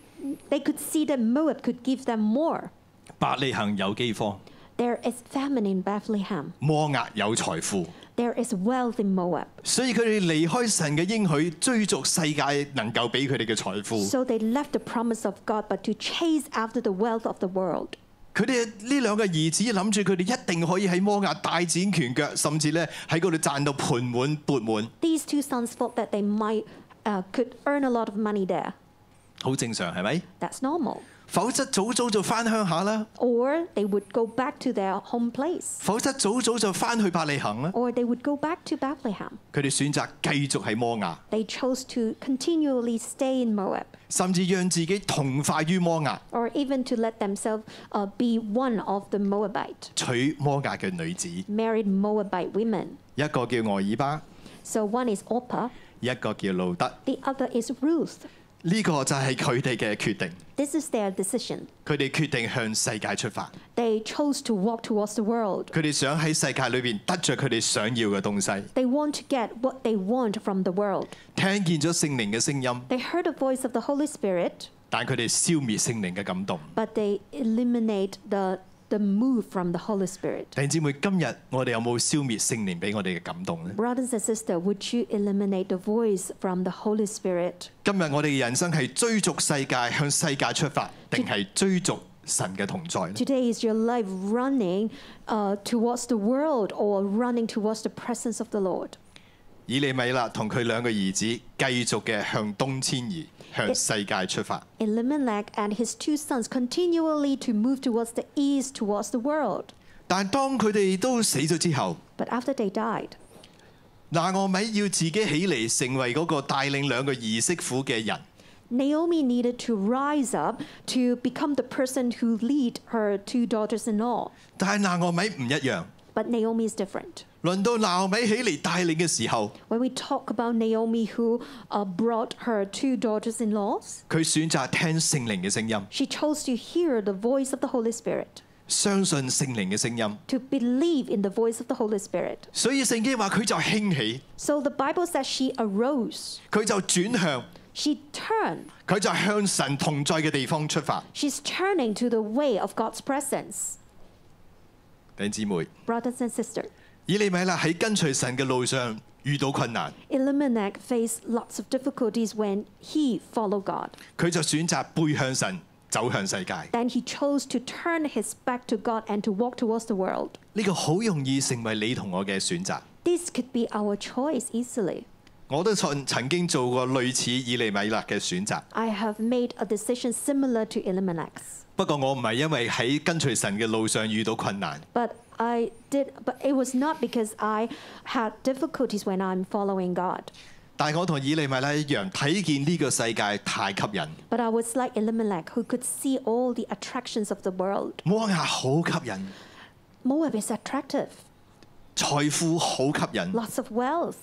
Speaker 2: they could see that Moab could give them more.
Speaker 1: 百利行有饑荒，
Speaker 2: There is famine in Bethlehem.
Speaker 1: 摩押有財富，
Speaker 2: There is wealth in Moab.
Speaker 1: 所以佢哋離開神嘅應許，追逐世界能夠俾佢哋嘅財富。
Speaker 2: So they left the promise of God, but to chase after the wealth of the world.
Speaker 1: 佢哋呢兩個兒子諗住佢哋一定可以喺摩押大展拳腳，甚至咧喺嗰度賺到盆滿缽滿，
Speaker 2: These two sons thought that they might uh, could earn a lot of money there.
Speaker 1: 好正常係咪？
Speaker 2: That's normal.
Speaker 1: 否則早早就翻鄉下啦，
Speaker 2: Or they would go back to their home place,
Speaker 1: 否則早早就翻去百利行啦。
Speaker 2: or they would go back to Bethlehem.
Speaker 1: 佢哋選擇繼續喺摩押，
Speaker 2: They chose to continually stay in Moab,
Speaker 1: 甚至讓自己同化於摩押，
Speaker 2: or even to let themselves uh, be one of the Moabite,
Speaker 1: 娶摩押嘅女子，
Speaker 2: married Moabite women.
Speaker 1: 一個叫外爾巴，
Speaker 2: So one is Orpah,
Speaker 1: 一個叫路德。
Speaker 2: the other is Ruth.
Speaker 1: 呢、個就係佢哋嘅決定，
Speaker 2: This is their decision.
Speaker 1: 佢哋決定向世界出發，
Speaker 2: They chose to walk towards the world.
Speaker 1: 佢哋想喺世界裏邊得着佢哋想要嘅東西。
Speaker 2: They want to get what they want from the world.
Speaker 1: 聽見咗聖靈嘅聲音。
Speaker 2: They heard the voice of the Holy Spirit,
Speaker 1: 但佢哋消滅聖靈嘅感動。
Speaker 2: but they eliminate the, the move from the Holy Spirit.
Speaker 1: 弟兄姊妹，今日我哋有冇消滅聖靈俾我哋嘅感動呢？
Speaker 2: Brothers and sisters, would you eliminate the voice from the Holy Spirit?
Speaker 1: 今日我哋嘅人生係追逐世界，向世界出發，定係追逐神嘅同在呢？
Speaker 2: Today is your life running uh, towards the world or running towards the presence of the Lord.
Speaker 1: 以利米勒同佢兩個兒子繼續嘅向東遷移，向世界出發。
Speaker 2: Elimelech and his two sons continually to move towards the east, towards the world.
Speaker 1: 但當佢哋都死咗之後，
Speaker 2: But after they died,
Speaker 1: 拿俄米要自己起嚟成為嗰個帶領兩個兒媳婦嘅人。
Speaker 2: Naomi needed to rise up to become the person who lead her two daughters-in-law.
Speaker 1: 但係拿俄米唔一樣。
Speaker 2: But Naomi is different.
Speaker 1: 輪到拿俄米起嚟帶領嘅時候，
Speaker 2: When we talk about Naomi who uh, brought her two daughters-in-laws,
Speaker 1: 佢選擇聽聖靈嘅聲音，
Speaker 2: she chose to hear the voice of the Holy Spirit,
Speaker 1: 相信聖靈嘅聲音。
Speaker 2: to believe in the voice of the Holy Spirit.
Speaker 1: 所以聖經話佢就興起，
Speaker 2: So the Bible says she arose.
Speaker 1: 佢就轉向，
Speaker 2: She turned.
Speaker 1: 佢就向神同在嘅地方出發。
Speaker 2: She's turning to the way of God's presence.
Speaker 1: 弟兄姊妹，
Speaker 2: Brothers and sisters,
Speaker 1: 以利米勒喺跟隨神嘅路上遇到困難，
Speaker 2: Elimelech faced lots of difficulties when he followed God.
Speaker 1: 佢就選擇背向神，走向世界。
Speaker 2: Then he chose to turn his back to God and to walk towards the world.
Speaker 1: 呢個好容易成為你同我嘅選擇。
Speaker 2: This could be our choice easily.
Speaker 1: 我都曾曾經做過類似以利米勒嘅選擇，
Speaker 2: I have made a decision similar to Elimelech's,
Speaker 1: 不過我唔係因為喺跟隨神嘅路上遇到困難，
Speaker 2: but I did. But it was not because I had difficulties when I'm following God.
Speaker 1: 但係我同以利米勒一樣，睇見呢個世界太吸引，
Speaker 2: But I was like Elimelech, who could see all the attractions of the world.
Speaker 1: 摩亞好吸引，
Speaker 2: Moab is attractive,
Speaker 1: 財富好吸引。
Speaker 2: lots of wealth.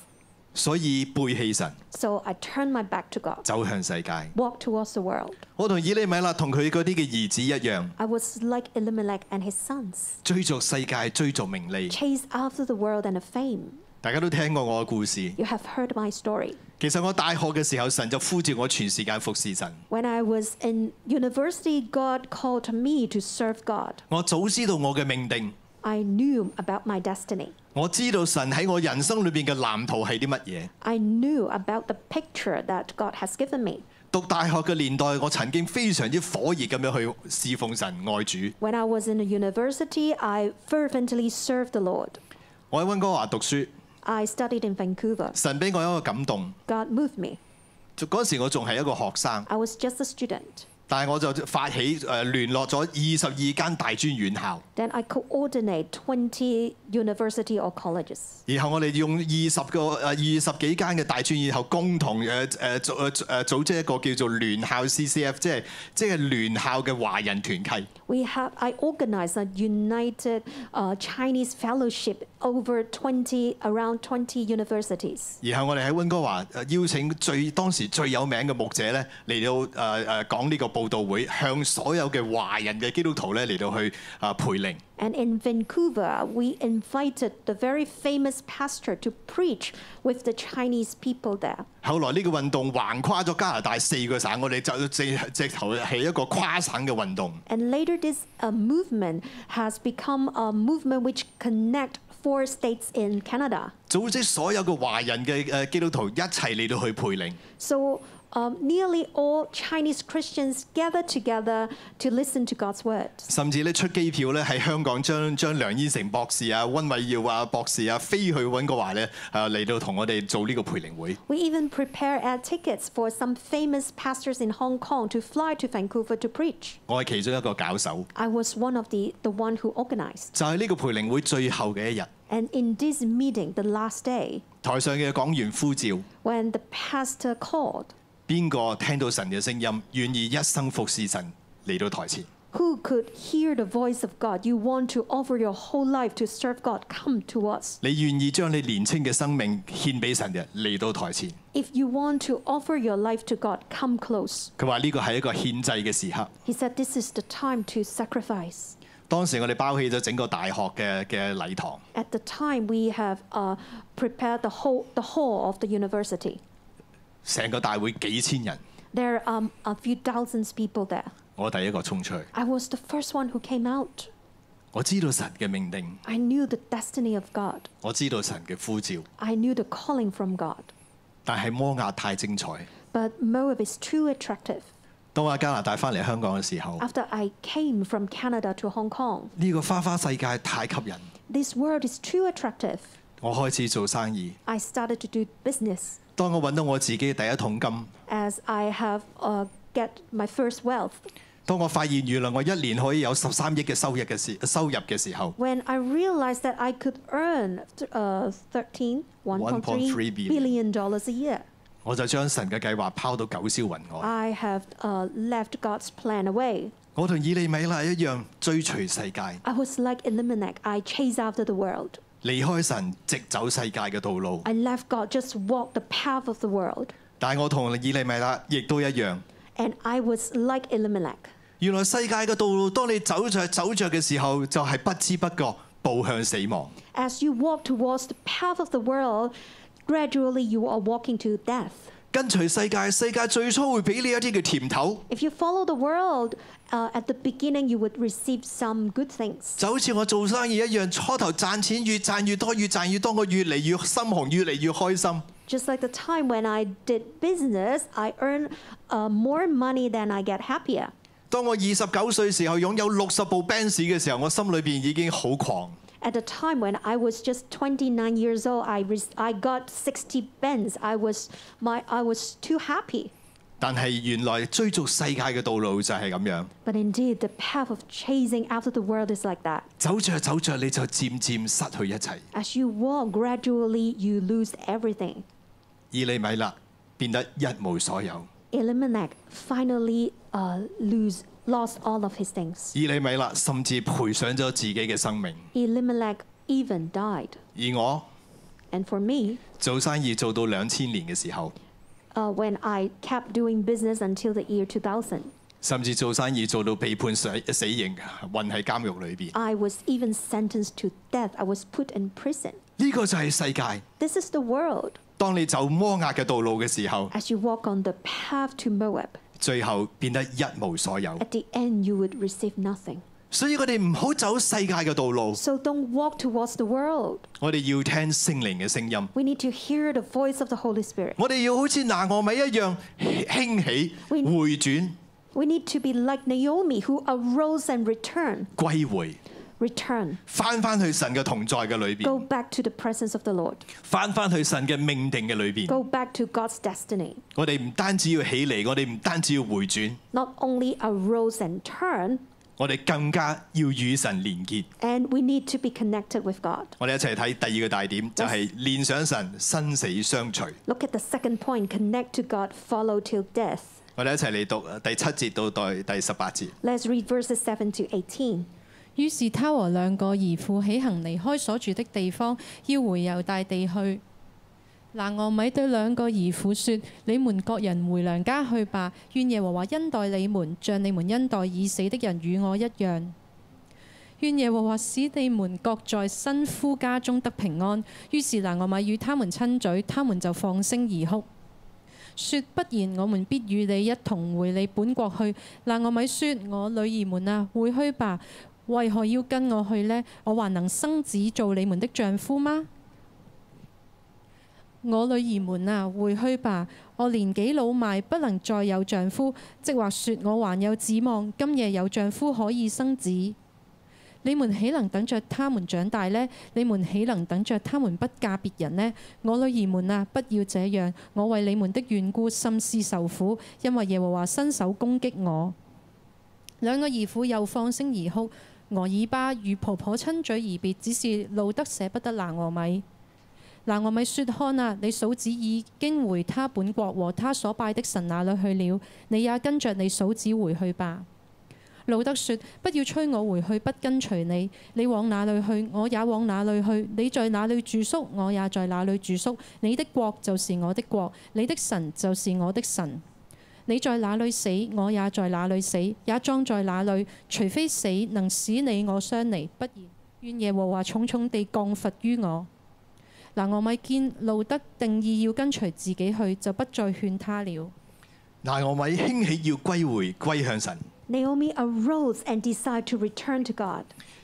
Speaker 1: 所以背棄神，
Speaker 2: So I turned my back to God,
Speaker 1: 走向世界。
Speaker 2: walked towards the world.
Speaker 1: 我同以利米勒同佢嗰啲嘅兒子一樣，
Speaker 2: I was like Elimelech and his sons,
Speaker 1: 追逐世界，追逐名利。
Speaker 2: chased after the world and the fame.
Speaker 1: 大家都聽過我嘅故事。
Speaker 2: You have heard my story.
Speaker 1: 其實我大學嘅時候，神就呼召我全時間服侍神。
Speaker 2: When I was in university, God called me to serve God.
Speaker 1: 我早知道我嘅命定，
Speaker 2: I knew about my destiny.
Speaker 1: 我知道神喺我人生裏邊嘅藍圖係啲乜嘢。
Speaker 2: I knew about the picture that God has given me.
Speaker 1: 讀大學嘅年代，我曾經非常之火熱咁樣去侍奉神、愛主。
Speaker 2: When I was in the university, I fervently served the Lord.
Speaker 1: 我喺温哥華讀書，
Speaker 2: I studied in Vancouver.
Speaker 1: 神俾我一個感動。
Speaker 2: God moved me.
Speaker 1: 嗰時我仲係一個學生，
Speaker 2: I was just a student.
Speaker 1: 但係我就發起誒、呃、聯絡咗二十二間大專院校，
Speaker 2: Then I coordinate 20 university or colleges.
Speaker 1: 然後我哋用二十個誒呃二十幾間嘅大專院校共同誒誒組誒誒組織一個叫做聯校 CCF，即係即係聯校嘅華人團契。
Speaker 2: We have I organized a united uh, Chinese fellowship over 20 around 20 universities.
Speaker 1: 然後我哋喺温哥華呃邀請最當時最有名嘅牧者咧嚟到誒誒講呢個佈道會，向所有嘅華人嘅基督徒咧嚟到去啊培靈。
Speaker 2: And in Vancouver, we invited the very famous pastor to preach with the Chinese people there.
Speaker 1: 後來呢個運動橫跨咗加拿大四個省，我哋就直直頭係一個跨省嘅運動。
Speaker 2: And later, this uh, movement has become a movement which connect four states in Canada.
Speaker 1: 組織所有嘅華人嘅誒基督徒一齊嚟到去培靈，
Speaker 2: So um, nearly all Chinese Christians gather together to listen to God's word.
Speaker 1: 甚至咧出機票咧喺香港將將梁燕成博士啊、温偉耀啊博士啊飛去温哥華咧誒嚟到同我哋做呢個培靈會。
Speaker 2: We even prepare air tickets for some famous pastors in Hong Kong to fly to Vancouver to preach.
Speaker 1: 我係其中一個搞手，
Speaker 2: I was one of the the one who organized.
Speaker 1: 就係呢個培靈會最後嘅一日。
Speaker 2: And in this meeting, the last day,
Speaker 1: 台上嘅講員呼召，
Speaker 2: when the pastor called,
Speaker 1: 邊個聽到神嘅聲音，願意一生服侍神嚟到台前？
Speaker 2: who could hear the voice of God? You want to offer your whole life to serve God, come to us.
Speaker 1: 你願意將你年青嘅生命獻俾神嘅嚟到台前？
Speaker 2: If you want to offer your life to God, come close.
Speaker 1: 佢話呢個係一個獻祭嘅時刻。
Speaker 2: He said, This is the time to sacrifice.
Speaker 1: 當時我哋包起咗整個大學嘅嘅禮堂，
Speaker 2: At the time, we have uh, prepared the whole the hall of the university.
Speaker 1: 成個大會幾千人，
Speaker 2: There are um, a few thousands people there.
Speaker 1: 我第一個衝出去。
Speaker 2: I was the first one who came out.
Speaker 1: 我知道神嘅命定，
Speaker 2: I knew the destiny of God.
Speaker 1: 我知道神嘅呼召，
Speaker 2: I knew the calling from God.
Speaker 1: 但係摩亞太精彩。
Speaker 2: But Moab is too attractive.
Speaker 1: 當我喺加拿大翻嚟香港嘅時候，
Speaker 2: After I came from Canada to Hong Kong,
Speaker 1: 呢、個花花世界太吸引，
Speaker 2: this world is too attractive.
Speaker 1: 我開始做生意。
Speaker 2: I started to do business
Speaker 1: 當我揾到我自己第一桶金，
Speaker 2: as I have uh, get my first wealth.
Speaker 1: 當我發現原來我一年可以有十三億嘅收入嘅時收入嘅時候，
Speaker 2: When I realized that I could earn uh, 13,
Speaker 1: 1.3
Speaker 2: $1.3 billion dollars a year,
Speaker 1: 我就將神嘅計劃拋到九霄雲外。
Speaker 2: I have uh, left God's plan away.
Speaker 1: 我同以利米勒一樣追隨世界，
Speaker 2: I was like Elimelech. I chased after the world.
Speaker 1: 離開神，直走世界嘅道路。
Speaker 2: I left God, just walked the path of the world.
Speaker 1: 但係我同以利米勒亦都一樣。
Speaker 2: And I was like Elimelech.
Speaker 1: 原來世界嘅道路，當你走着走着嘅時候，就係不知不覺步向死亡。
Speaker 2: As you walk towards the path of the world, gradually you are walking to death.
Speaker 1: 跟隨世界，世界最初會俾你一啲嘅甜頭，
Speaker 2: If you follow the world, uh, at the beginning you would receive some good things.
Speaker 1: 就好似我做生意一樣，初頭賺錢越賺越多，越賺越多，我越嚟越心紅，越嚟越開心。
Speaker 2: Just like the time when I did business, I earned uh, more money than I get happier.
Speaker 1: 當我二十九歲時候擁有六十部 Benz 嘅時候，我心裏邊已經好狂。
Speaker 2: At the time when I was just 29 years old, I, re- I got 60 bends. I was, my, I was too happy.
Speaker 1: 但係原來追逐世界嘅道路就係咁樣，
Speaker 2: But indeed, the path of chasing after the world is like that.
Speaker 1: 走着走着你就漸漸失去一切。
Speaker 2: As you walk gradually, you lose everything.
Speaker 1: 以利米勒變得一無所有。
Speaker 2: Elimelech finally uh, lose, lost all of his things.
Speaker 1: 以利米勒甚至賠上咗自己嘅生命，
Speaker 2: Elimelech even died.
Speaker 1: 而我
Speaker 2: And for me,
Speaker 1: 做生意做到兩千年嘅時候，
Speaker 2: uh, when I kept doing business until the year 2000,
Speaker 1: 甚至做生意做到被判死死刑，困喺監獄裏邊。
Speaker 2: I was even sentenced to death. I was put in prison.
Speaker 1: 呢、個就係世界。
Speaker 2: This is the world.
Speaker 1: 當你走摩押嘅道路嘅時候，
Speaker 2: As you walk on the path to Moab,
Speaker 1: 最後變得一無所有。
Speaker 2: at the end you would receive nothing.
Speaker 1: 所以我哋唔好走世界嘅道路，
Speaker 2: So don't walk towards the world.
Speaker 1: 我哋要聽聖靈嘅聲音。
Speaker 2: We need to hear the voice of the Holy Spirit.
Speaker 1: 我哋要好似拿俄米一樣興起、
Speaker 2: We-
Speaker 1: 回轉、
Speaker 2: We need to be like Naomi who arose and returned.
Speaker 1: 歸回，
Speaker 2: Return.
Speaker 1: 翻翻去神嘅同在嘅裏
Speaker 2: Go
Speaker 1: 邊，
Speaker 2: back to the presence of the Lord.
Speaker 1: 翻翻去神嘅命定嘅裏邊。
Speaker 2: Go back to God's destiny.
Speaker 1: 我哋唔單止要起嚟，我哋唔單止要回轉，
Speaker 2: Not only arose and turn,
Speaker 1: 我哋更加要與神連結。
Speaker 2: and we need to be connected with God.
Speaker 1: 我哋一齊睇第二個大點，就係、連上神，生死相隨。
Speaker 2: Look at the second point connect to God, follow till death.
Speaker 1: 我哋一齊嚟讀呃第七節到第第十八節。
Speaker 2: Let's read verses 7 to 18.
Speaker 3: 於是他和兩個兒婦起行離開所住的地方，要回猶大地去。拿俄米對兩個兒婦說：你們各人回娘家去吧，願耶和華恩待你們，像你們恩待已死的人與我一樣。願耶和華使你們各在新夫家中得平安。於是拿俄米與他們親嘴，他們就放聲而哭，說：不然，我們必與你一同回你本國去。拿俄米說：我女兒們啊，回去吧。為何要跟我去呢？我還能生子做你們的丈夫嗎？我女兒們啊，回去吧！我年紀老邁，不能再有丈夫，即或說我還有指望，今夜有丈夫可以生子。你們豈能等着他們長大呢？你們豈能等着他們不嫁別人呢？我女兒們啊，不要這樣！我為你們的緣故甚是受苦，因為耶和華伸手攻擊我。兩個兒婦又放聲而哭，俄珥巴與婆婆親嘴而別，只是路得捨不得拿俄米。拿俄米說：看啊，你嫂子已經回他本國和他所拜的神那裏去了，你也跟着你嫂子回去吧。路得說：不要催我回去，不跟隨你。你往哪裏去，我也往哪裏去。你在哪裏住宿，我也在哪裏住宿。你的國就是我的國，你的神就是我的神。你在哪裏死，我也在哪裏死，也葬在哪裏。除非死能使你我相離，不然願耶和華重重地降罰於我。嗱，俄米見路得定意要跟隨自己去，就不再勸他了。
Speaker 1: 拿俄米興起要歸回，歸向神。
Speaker 2: Naomi arose and decided to return to God.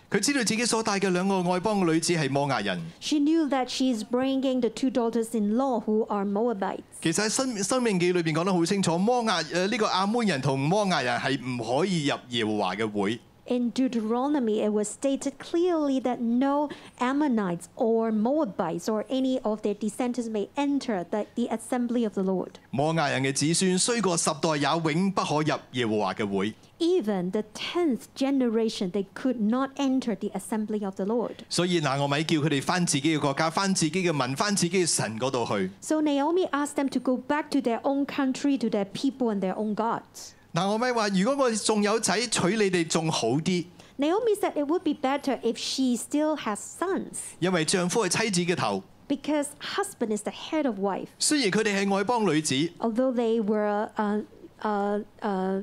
Speaker 1: 佢知道自己所帶嘅兩個外邦女子係摩亞人。
Speaker 2: She knew that she is bringing the two daughters in law who are Moabites.
Speaker 1: 其實喺生生命記裏邊講得好清楚，摩亞誒呢個亞捫人同摩亞人係唔可以入耶和華嘅會。
Speaker 2: In Deuteronomy, it was stated clearly that no Ammonites or Moabites or any of their descendants may enter the, the assembly of the Lord.
Speaker 1: 摩亞人嘅子孫衰過十代，也永不可入耶和華嘅會。
Speaker 2: Even the 10th generation, they could not enter the assembly of the Lord.
Speaker 1: 所以拿俄米叫佢哋翻自己嘅國家，翻自己嘅民，翻自己嘅神嗰度去。
Speaker 2: So Naomi asked them to go back to their own country, to their people, and their own gods.
Speaker 1: 拿俄米話：如果我仲有仔娶你哋仲好啲，
Speaker 2: Naomi said it would be better if she still has sons,
Speaker 1: 因為丈夫係妻子嘅頭。
Speaker 2: because husband is the head of wife.
Speaker 1: 雖然佢哋係外邦女子，
Speaker 2: although they were uh, uh, uh,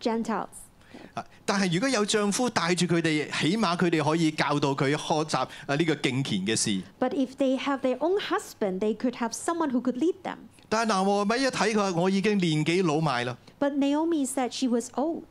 Speaker 2: Gentiles.
Speaker 1: 啊但係如果有丈夫帶住佢哋，起碼佢哋可以教導佢學習啊呢個敬虔嘅事。
Speaker 2: But if they have their own husband, they could have someone who could lead them.
Speaker 1: 但係拿俄米一睇佢話：我已經年紀老邁啦，
Speaker 2: But Naomi said she was old.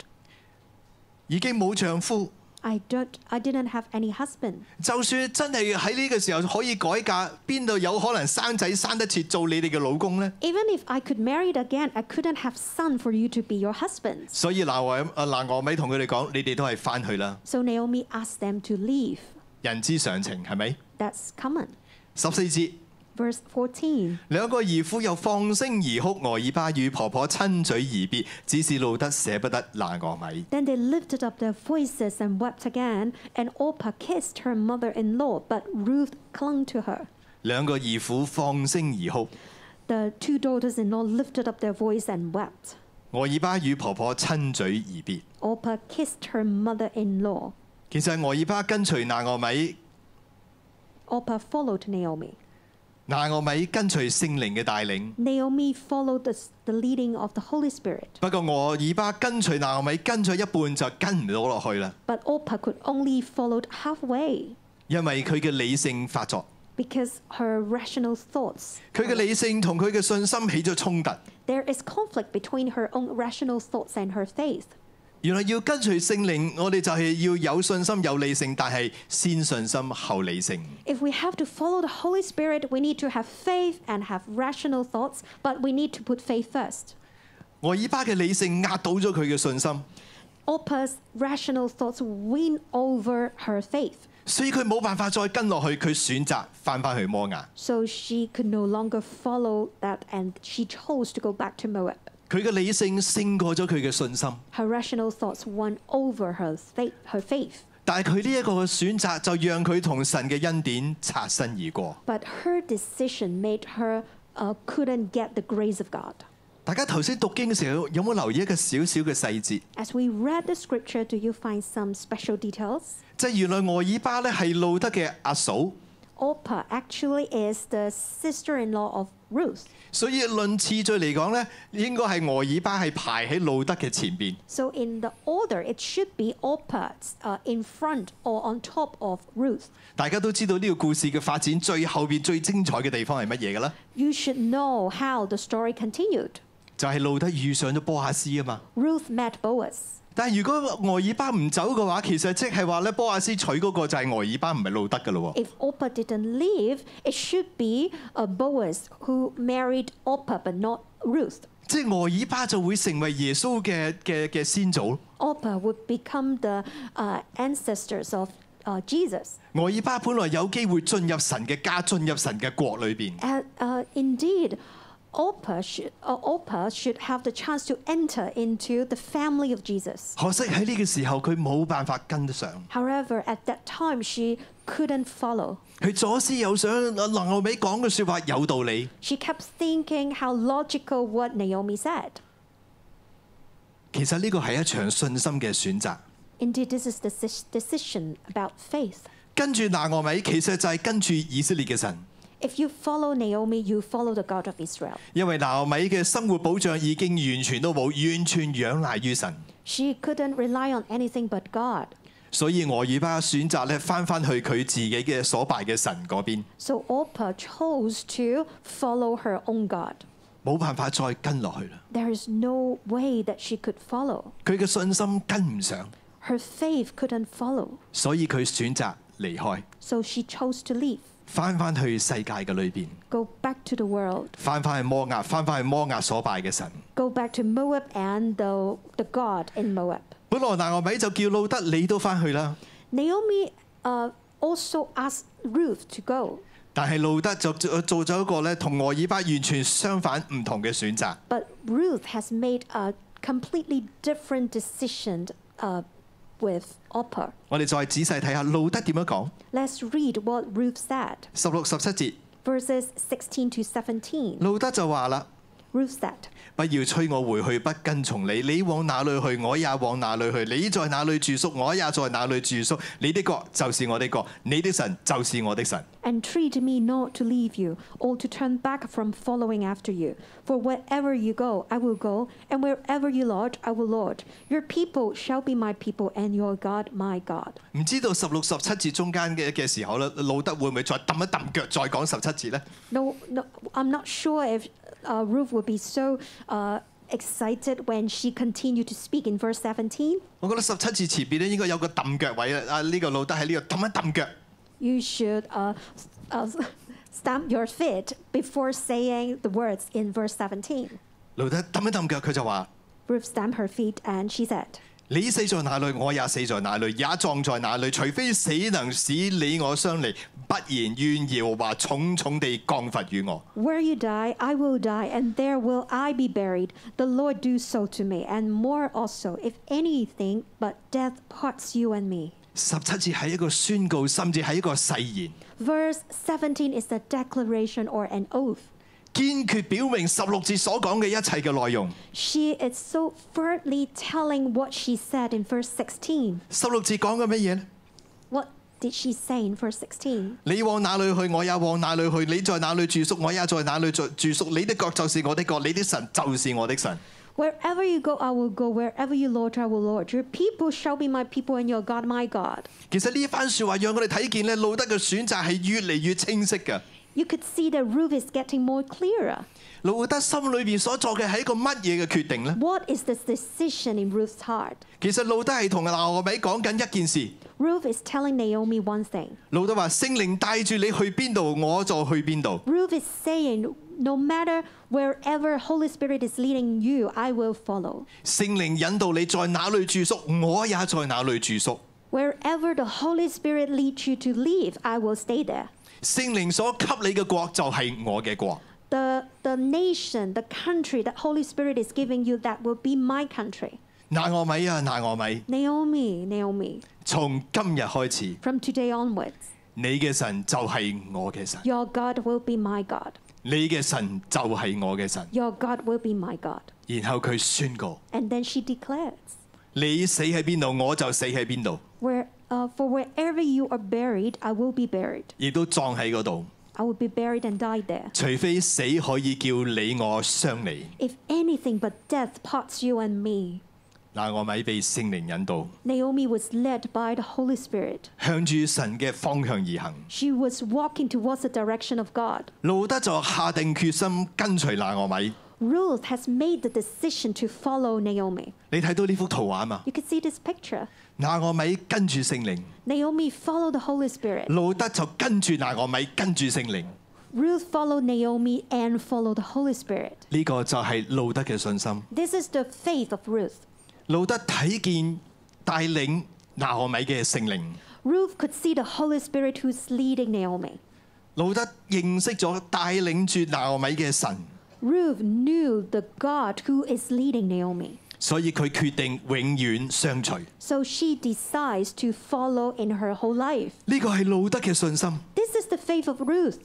Speaker 1: 已經冇丈夫。
Speaker 2: I don't. I didn't have any husband.
Speaker 1: 就算真係喺呢個時候可以改嫁，邊度有可能生仔生得切做你哋嘅老公呢？
Speaker 2: Even if I could marry again, I couldn't have son for you to be your husbands.
Speaker 1: 所以拿俄啊拿俄米同佢哋講：你哋都係翻去啦，
Speaker 2: So Naomi asked them to leave.
Speaker 1: 人之常情係咪？
Speaker 2: That's common.
Speaker 1: 十四節，
Speaker 2: Verse 14.
Speaker 1: 兩個兒婦又放聲而哭，俄珥巴與婆婆親嘴而別，只是路得捨不得拿俄米。
Speaker 2: Then they lifted up their voices and wept again, and Orpah kissed her mother in law, but Ruth clung to her.
Speaker 1: 兩個兒婦放聲而哭，
Speaker 2: The two daughters in law lifted up their voice and wept.
Speaker 1: 俄珥巴與婆婆親嘴而別。
Speaker 2: Orpah kissed her mother in law.
Speaker 1: 其實俄珥巴跟隨拿俄米，
Speaker 2: Orpah followed Naomi.
Speaker 1: 拿俄米跟隨聖靈嘅帶領，
Speaker 2: Naomi followed the, the leading of the Holy Spirit,
Speaker 1: 不過我以巴跟隨拿俄米跟咗一半就跟唔到落去啦，
Speaker 2: but Orpah could only follow halfway
Speaker 1: 因為佢嘅理性發作，
Speaker 2: because her rational thoughts.
Speaker 1: 佢嘅理性同佢嘅信心起咗衝突。
Speaker 2: There is conflict between her own rational thoughts and her faith.
Speaker 1: 原來要跟隨聖靈，我哋就係要有信心、有理性，但係先信心後理性。
Speaker 2: If we have to follow the Holy Spirit, we need to have faith and have rational thoughts, but we need to put faith first.
Speaker 1: 我以巴嘅理性壓倒咗佢嘅信心，
Speaker 2: Orpah's rational thoughts win over her faith,
Speaker 1: 所以佢冇辦法再跟落去，佢選擇翻返去摩亞。
Speaker 2: so she could no longer follow that and she chose to go back to Moab.
Speaker 1: 佢嘅理性勝過咗佢嘅信心，
Speaker 2: Her rational thoughts won over her faith. Her faith.
Speaker 1: 但係佢呢一個嘅選擇就讓佢同神嘅恩典擦身而過。
Speaker 2: But her decision made her uh, couldn't get the grace of God.
Speaker 1: 大家頭先讀經嘅時候有冇留意一個小小嘅細節？
Speaker 2: As we read the scripture, do you find some special details?
Speaker 1: 即係原來俄爾巴咧係路德嘅阿嫂，
Speaker 2: Orpah actually is the sister-in-law of Ruth.
Speaker 1: 所以論次序嚟講咧，應該係俄爾巴係排喺路德嘅前邊。
Speaker 2: So in the order, it should be Orpah uh, in front or on top of Ruth.
Speaker 1: 大家都知道呢個故事嘅發展最後邊最精彩嘅地方係乜嘢嘅咧？
Speaker 2: You should know how the story continued.
Speaker 1: 就係、路德遇上咗波亞斯啊嘛。
Speaker 2: Ruth met Boaz.
Speaker 1: 但係如果俄爾巴唔走嘅話，其實即係話咧，波亞斯娶嗰個就係俄爾巴，唔係路德嘅咯喎。
Speaker 2: If Orpah didn't leave, it should be uh, Boaz who married Orpah but not Ruth.
Speaker 1: 即係俄爾巴就會成為耶穌嘅嘅嘅先祖。
Speaker 2: Orpah would become the uh, ancestors of uh, Jesus.
Speaker 1: 俄爾巴本來有機會進入神嘅家，進入神嘅國裏邊，
Speaker 2: And, uh, indeed, Orpah should, uh, Orpah should have the chance to enter into the family of Jesus.
Speaker 1: 可惜喺呢個時候佢冇辦法跟得上。
Speaker 2: However, at that time, she couldn't follow.
Speaker 1: 佢左思右想，啊能後尾講嘅説話有道理，
Speaker 2: She kept thinking how logical what Naomi said.
Speaker 1: 其實呢個係一場信心嘅選擇。
Speaker 2: Indeed, this is the deci- decision about faith.
Speaker 1: 跟住拿俄米其實就係跟住以色列嘅神，
Speaker 2: If you follow Naomi, you follow the God of Israel.
Speaker 1: 因為拿俄米嘅生活保障已經完全都冇，完全仰賴於神，
Speaker 2: She couldn't rely on anything but God.
Speaker 1: 所以俄爾巴選擇咧翻翻去佢自己嘅所拜嘅神嗰邊，
Speaker 2: So Orpah chose to follow her own God.
Speaker 1: 冇辦法再跟落去啦。
Speaker 2: There is no way that she could follow.
Speaker 1: 佢嘅信心跟唔上，
Speaker 2: Her faith couldn't follow.
Speaker 1: 所以佢選擇離開，
Speaker 2: So she chose to leave,
Speaker 1: 翻翻去世界嘅裏邊，
Speaker 2: go back to the world.
Speaker 1: 翻翻去摩押，翻翻去摩押所拜嘅神。
Speaker 2: go back to Moab and the, the God in Moab.
Speaker 1: 本來拿俄米就叫路德你都翻去啦，
Speaker 2: Naomi uh, also asked Ruth to go,
Speaker 1: 但係路德就做做咗一個咧同俄爾巴完全相反唔同嘅選擇。
Speaker 2: but Ruth has made a completely different decision uh, with Orpah.
Speaker 1: 我哋再仔細睇下路德點樣講。
Speaker 2: Let's read what Ruth said.
Speaker 1: 十六十七節，
Speaker 2: Verses 16 to 17.
Speaker 1: 路德就話啦：
Speaker 2: Ruth said,
Speaker 1: 不要催我回去，不跟從你。你往哪裏去，我也往哪裏去；你在哪裏住宿，我也在哪裏住宿。你的國就是我的國，你的神就是我的神。
Speaker 2: Entreat me not to leave you, or to turn back from following after you. For wherever you go, I will go, and wherever you lodge, I will lodge. Your people shall be my people, and your God my God.
Speaker 1: 唔知道十六十七節中間嘅嘅時候咧，路德會唔會再揼一揼腳再講十七節呢？
Speaker 2: No, no I'm not sure if uh, Ruth would be so uh, excited when she continued to speak in verse 17.
Speaker 1: 我覺得十七節前邊咧應該有個揼腳位啊！啊，呢個路德喺呢度揼一揼腳。
Speaker 2: You should uh, uh, stamp your feet before saying the words in verse 17.
Speaker 1: 路德揼一揼腳，佢就話：
Speaker 2: Ruth stamped her feet and she said,
Speaker 1: 你死在哪裏，我也死在哪裏，也葬在哪裏。除非死能使你我相離，不然願耶和華重重地降罰與我。
Speaker 2: Where you die, I will die, and there will I be buried. The Lord do so to me, and more also, if anything but death parts you and me.
Speaker 1: 十七節係一個宣告，甚至係一個誓言，
Speaker 2: Verse 17 is a declaration or an oath.
Speaker 1: 堅決表明十六節所講嘅一切嘅內容。
Speaker 2: She is so firmly telling what she said in verse 16.
Speaker 1: 十六節講嘅乜嘢呢？
Speaker 2: What did she say in verse 16?
Speaker 1: 你往哪裏去，我也往哪裏去；你在哪裏住宿，我也在哪裏住住宿。你的國就是我的國，你的神就是我的神。
Speaker 2: Wherever you go, I will go. Wherever you lord, I will lord. Your people shall be my people, and your God my God.
Speaker 1: 其實呢番説話讓我哋睇見咧，路德嘅選擇係越嚟越清晰嘅。
Speaker 2: You could see that Ruth is getting more clearer.
Speaker 1: 路德心裏邊所作嘅係一個乜嘢嘅決定呢？
Speaker 2: What is this decision in Ruth's heart?
Speaker 1: 其實路德係同拿俄米講緊一件事。
Speaker 2: Ruth is telling Naomi one thing.
Speaker 1: 路德話：聖靈帶住你去邊度，我就去邊度。
Speaker 2: Ruth is saying, no matter wherever Holy Spirit is leading you, I will follow.
Speaker 1: 聖靈引導你在哪裏住宿，我也在哪裏住宿。
Speaker 2: Wherever the Holy Spirit leads you to live, I will stay there.
Speaker 1: 聖靈所給你嘅國就係我嘅國。
Speaker 2: The, the nation, the country that Holy Spirit is giving you, that will be my country.
Speaker 1: 拿俄米啊，拿俄米，
Speaker 2: Naomi, Naomi,
Speaker 1: 從今日開始，
Speaker 2: from today onwards,
Speaker 1: 你嘅神就係我嘅神，
Speaker 2: your God will be my God.
Speaker 1: 你嘅神就係我嘅神。
Speaker 2: Your God will be my God.
Speaker 1: 然後佢宣告：
Speaker 2: And then she declares,
Speaker 1: 你死喺邊度，我就死喺邊度，
Speaker 2: Where, uh, For wherever you are buried, I will be buried.
Speaker 1: 亦都葬喺嗰度。
Speaker 2: I will be buried and die there.
Speaker 1: 除非死可以叫你我相離。
Speaker 2: If anything but death parts you and me,
Speaker 1: 拿俄米被聖靈引導，
Speaker 2: Naomi was led by the Holy Spirit.
Speaker 1: 向住神嘅方向而行。
Speaker 2: She was walking towards the direction of God.
Speaker 1: 路德就下定決心跟隨拿俄米。
Speaker 2: Ruth has made the decision to follow Naomi.
Speaker 1: 你睇到呢幅圖畫嘛？
Speaker 2: You can see this picture.
Speaker 1: 拿俄米跟住聖靈，
Speaker 2: Naomi followed the Holy Spirit.
Speaker 1: 路德就跟住拿俄米，跟住聖靈。
Speaker 2: Ruth followed Naomi and followed the Holy Spirit.
Speaker 1: 呢、個就係路德嘅信心。
Speaker 2: This is the faith of Ruth.
Speaker 1: 路德睇見帶領拿俄米嘅聖靈，
Speaker 2: Ruth could see the Holy Spirit who's leading Naomi.
Speaker 1: 路德認識咗帶領住拿俄米嘅神，
Speaker 2: Ruth knew the God who is leading Naomi.
Speaker 1: 所以佢決定永遠相隨。
Speaker 2: So she decides to follow in her whole life.
Speaker 1: 呢個係路德嘅信心。
Speaker 2: This is the faith of Ruth.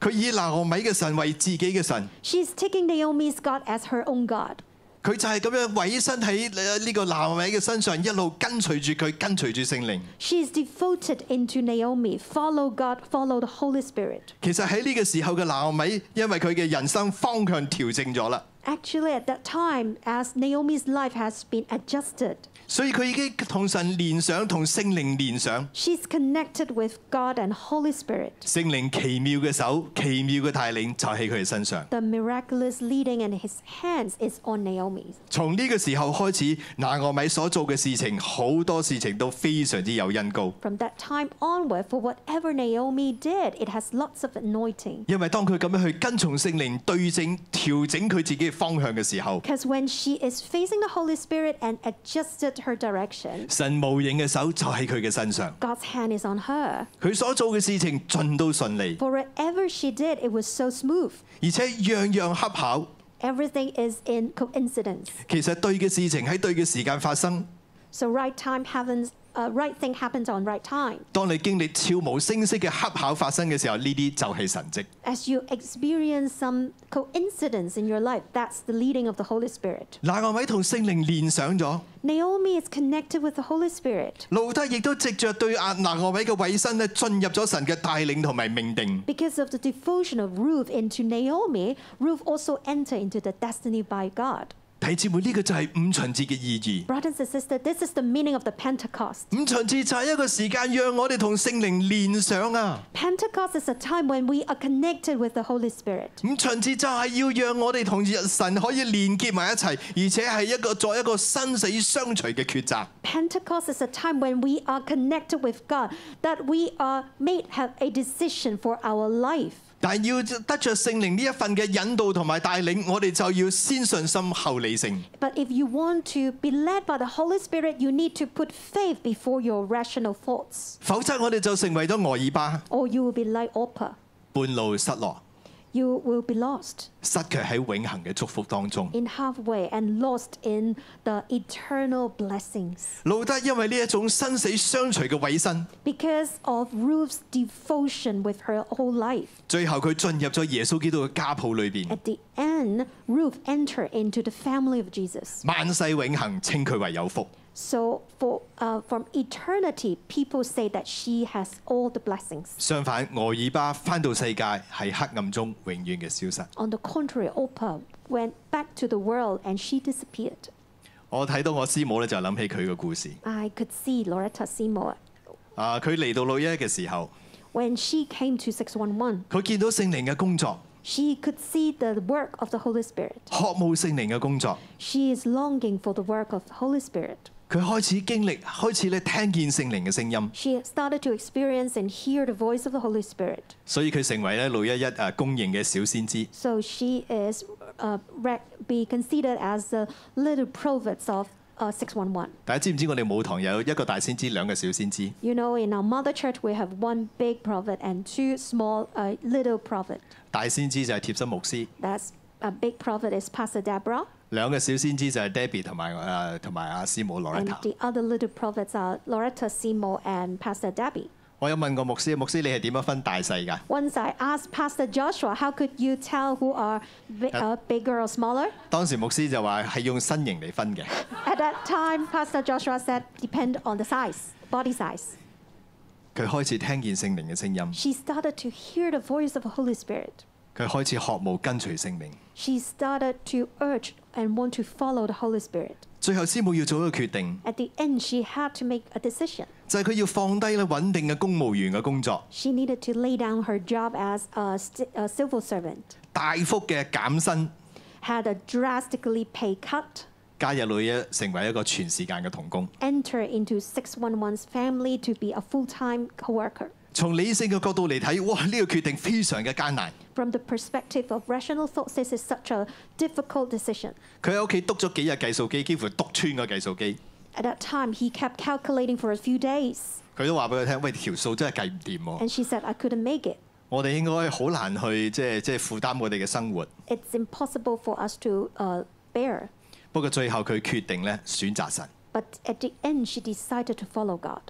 Speaker 1: 佢以拿俄米嘅神為自己嘅神，
Speaker 2: She's taking Naomi's God as her own God.
Speaker 1: 佢就係咁樣委身喺呃呢個拿俄米嘅身上，一路跟隨住佢，跟隨住聖靈。
Speaker 2: She is devoted into Naomi, follow God, follow the Holy Spirit.
Speaker 1: 其實喺呢個時候嘅拿俄米，因為佢嘅人生方向調整咗啦，
Speaker 2: Actually, at that time, as Naomi's life has been adjusted,
Speaker 1: 所以佢已經同神連上，同聖靈連上。
Speaker 2: she's connected with God and Holy Spirit.
Speaker 1: 聖靈奇妙嘅手、奇妙嘅帶領就喺佢嘅身上。
Speaker 2: The miraculous leading in his hands is on Naomi.
Speaker 1: 從呢個時候開始，拿俄米所做嘅事情，好多事情都非常之有恩高。
Speaker 2: From that time onward, for whatever Naomi did, it has lots of anointing.
Speaker 1: 因為當佢咁樣去跟從聖靈對正調整佢自己嘅方向嘅時候，
Speaker 2: Because when she is facing the Holy Spirit and adjusted her direction,
Speaker 1: 神無形嘅手就喺佢嘅身上，
Speaker 2: God's hand is on her.
Speaker 1: 佢所做嘅事情盡都順利，
Speaker 2: For whatever she did, it was so smooth.
Speaker 1: 而且樣樣恰巧。
Speaker 2: Everything is in coincidence.
Speaker 1: 其實對嘅事情喺對嘅時間發生。
Speaker 2: So right time happens, uh, right thing happens on right time.
Speaker 1: 當你經歷悄無聲息嘅恰巧發生嘅時候，呢啲就係神蹟。
Speaker 2: As you experience some coincidence in your life, that's the leading of the Holy Spirit.
Speaker 1: 拿俄米同聖靈連上咗，
Speaker 2: Naomi is connected with the Holy Spirit
Speaker 1: 路德亦都藉着對阿拿俄米嘅委身咧，進入咗神嘅帶領同埋命定。
Speaker 2: because of the devotion of Ruth into Naomi. Ruth also entered into the destiny by God.
Speaker 1: 弟兄姊妹，呢、個就係五旬節嘅意義。
Speaker 2: Brothers and sisters, this is the meaning of the Pentecost.
Speaker 1: 五旬節就係一個時間，讓我哋同聖靈連上啊！
Speaker 2: Pentecost is a time when we are connected with the Holy Spirit.
Speaker 1: 五旬節就係要讓我哋同神可以連結埋一齊，而且係一個作一個生死相隨嘅抉擇。
Speaker 2: Pentecost is a time when we are connected with God, that we are made have a decision for our life.
Speaker 1: 但要得着聖靈呢一份嘅引導同埋帶領，我哋就要先信心後理性。
Speaker 2: But if you want to be led by the Holy Spirit, you need to put faith before your rational thoughts,
Speaker 1: 否則我哋就成為咗俄爾巴，
Speaker 2: or you will be like Oprah.
Speaker 1: 半路失落，
Speaker 2: You will be lost
Speaker 1: 失卻喺永恆嘅祝福當中。
Speaker 2: in halfway and lost in the eternal blessings
Speaker 1: 路德因為呢一種生死相隨嘅委身，
Speaker 2: because of Ruth's devotion with her whole life.
Speaker 1: 最後佢進入咗耶穌基督嘅家譜裏邊，
Speaker 2: At the end, Ruth entered into the family of Jesus.
Speaker 1: 萬世永恆稱佢為有福。
Speaker 2: So for, uh, from eternity, people say that she has all the blessings.
Speaker 1: 相反，俄爾巴翻到世界喺黑暗中永遠嘅消失。
Speaker 2: On the contrary, Oprah went back to the world and she disappeared.
Speaker 1: 我睇到我師母咧，就諗起佢嘅故事。
Speaker 2: I could see Loretta Seymour.
Speaker 1: 啊，佢嚟到女一嘅時候，
Speaker 2: When she came to 611,
Speaker 1: 佢見到聖靈嘅工作，
Speaker 2: she could see the work of the Holy Spirit.
Speaker 1: 渴慕聖靈嘅工作，
Speaker 2: She is longing for the work of the Holy Spirit.
Speaker 1: 佢開始經歷，開始咧聽見聖靈嘅聲音，
Speaker 2: She started to experience and hear the voice of the Holy Spirit.
Speaker 1: 所以佢成為咧女一一啊公認嘅小先知。
Speaker 2: So she is uh, rec- be considered as the little prophets of uh, 611.
Speaker 1: 大家知唔知我哋舞堂有一個大先知，兩個小先知？
Speaker 2: You know, in our mother church, we have one big prophet and two small, uh, little prophet.
Speaker 1: 大先知就係貼身牧師，
Speaker 2: That's a big prophet is Pastor Deborah,
Speaker 1: 兩個小先知就係 Debbie 同埋誒同埋阿師母 l o r e
Speaker 2: and
Speaker 1: t a
Speaker 2: the other little prophets are Loretta Seymour and Pastor Debbie.
Speaker 1: 我有問過牧師，牧師你係點樣分大細㗎？
Speaker 2: Once I asked Pastor Joshua, how could you tell who are bi-
Speaker 1: Uh,
Speaker 2: uh, bigger or smaller?
Speaker 1: 當時牧師就話係用身形嚟分嘅。
Speaker 2: At that time, Pastor Joshua said, depend on the size, body size.
Speaker 1: 佢開始聽見聖靈嘅聲音，
Speaker 2: She started to hear the voice of the Holy Spirit.
Speaker 1: 佢開始渴慕跟隨聖靈。
Speaker 2: She started to urge and want to follow the Holy Spirit.
Speaker 1: 最後師母要做一個決定，
Speaker 2: At the end, she had to make a decision.
Speaker 1: 就係、佢要放低咧穩定嘅公務員嘅工作，
Speaker 2: She needed to lay down her job as a, st- a civil servant,
Speaker 1: 大幅嘅減薪，
Speaker 2: had a drastically pay cut,
Speaker 1: 加入女一成為一個全時間嘅童工。
Speaker 2: enter into 611's family to be a full-time co-worker.
Speaker 1: 從理性嘅角度嚟睇，哇！呢、個決定非常嘅艱難。
Speaker 2: From the perspective of rational thought, this is such a difficult decision.
Speaker 1: 佢喺屋企篤咗幾日計數機，幾乎篤穿個計數機。
Speaker 2: At that time, he kept calculating for a few days,
Speaker 1: 佢都話俾佢聽：喂，條數真係計唔掂喎。
Speaker 2: and she said, I couldn't make it.
Speaker 1: 我哋應該好難去即係即係負擔我哋嘅生活。
Speaker 2: It's impossible for us to uh, bear.
Speaker 1: 不過最後佢決定咧選擇神，
Speaker 2: But at the end, she decided to follow God,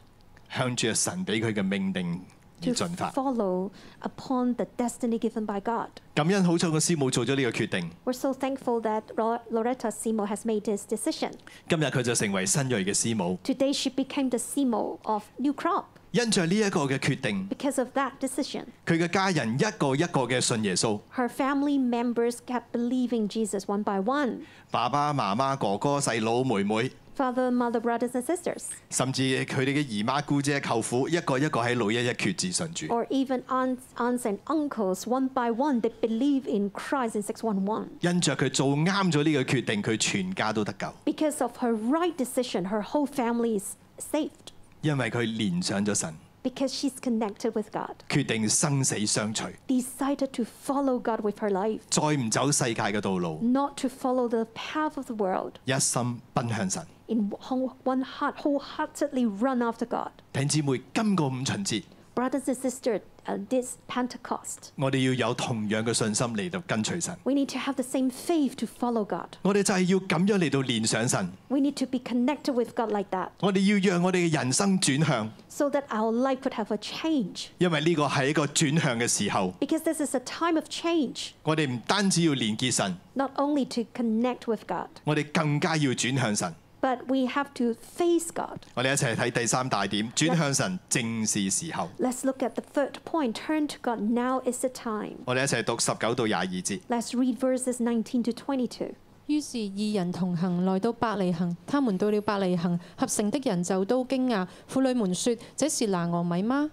Speaker 1: 向住神俾佢嘅命定而
Speaker 2: to
Speaker 1: 進發。
Speaker 2: follow upon the destiny given by God.
Speaker 1: 感恩好彩個師母做咗呢個決定，
Speaker 2: We're so thankful that Ro- Loretta Seymour has made this decision.
Speaker 1: 今日佢就成為新鋭嘅師母。
Speaker 2: Today, she became the Seymour of New Crop
Speaker 1: 因着呢一個嘅決定，
Speaker 2: because of that decision.
Speaker 1: 佢嘅家人一個一個嘅信耶穌，
Speaker 2: Her family members kept believing Jesus one by one
Speaker 1: 爸爸媽媽、哥哥、細佬、妹妹，
Speaker 2: father, mother, brothers, and sisters,
Speaker 1: 甚至佢哋嘅姨媽、姑姐、舅父，一個一個喺老一一決志信主。
Speaker 2: or even aunts, aunts and uncles, one by one, they believe in Christ in 611.
Speaker 1: 因着佢做啱咗呢個決定，佢全家都得救，
Speaker 2: Because of her right decision, her whole family is saved.
Speaker 1: 因為佢連上咗神，
Speaker 2: because she's connected with God,
Speaker 1: 決定生死相隨，
Speaker 2: decided to follow God with her life,
Speaker 1: 再唔走世界嘅道路，
Speaker 2: not to follow the path of the world,
Speaker 1: 一心奔向神。
Speaker 2: in whole- one heart, wholeheartedly run after God.
Speaker 1: 弟兄姊妹，今個五旬節，
Speaker 2: Brothers and sisters, uh, this Pentecost,
Speaker 1: 我哋要有同樣嘅信心嚟到跟隨神。
Speaker 2: we need to have the same faith to follow God.
Speaker 1: 我哋就係要咁樣嚟到連上神，
Speaker 2: We need to be connected with God like that
Speaker 1: 我哋要讓我哋嘅人生轉向，
Speaker 2: so that our life could have a change.
Speaker 1: 因為呢個係一個轉向嘅時候。
Speaker 2: Because this is a time of change,
Speaker 1: 我哋唔單止要連結神，
Speaker 2: not only to connect with God,
Speaker 1: 我哋更加要轉向神。
Speaker 2: but we have to face God.
Speaker 1: 我哋一齊睇第三大點，轉向神正是時候。
Speaker 2: Let's look at the third point turn to God, now is the time.
Speaker 1: 我哋一齊讀十九到廿二節。
Speaker 2: Let's read verses 19 to 22.
Speaker 3: 於是二人同行來到伯利恒，他們到了伯利恒，合城的人就都驚訝。婦女們說：這是拿俄米嗎？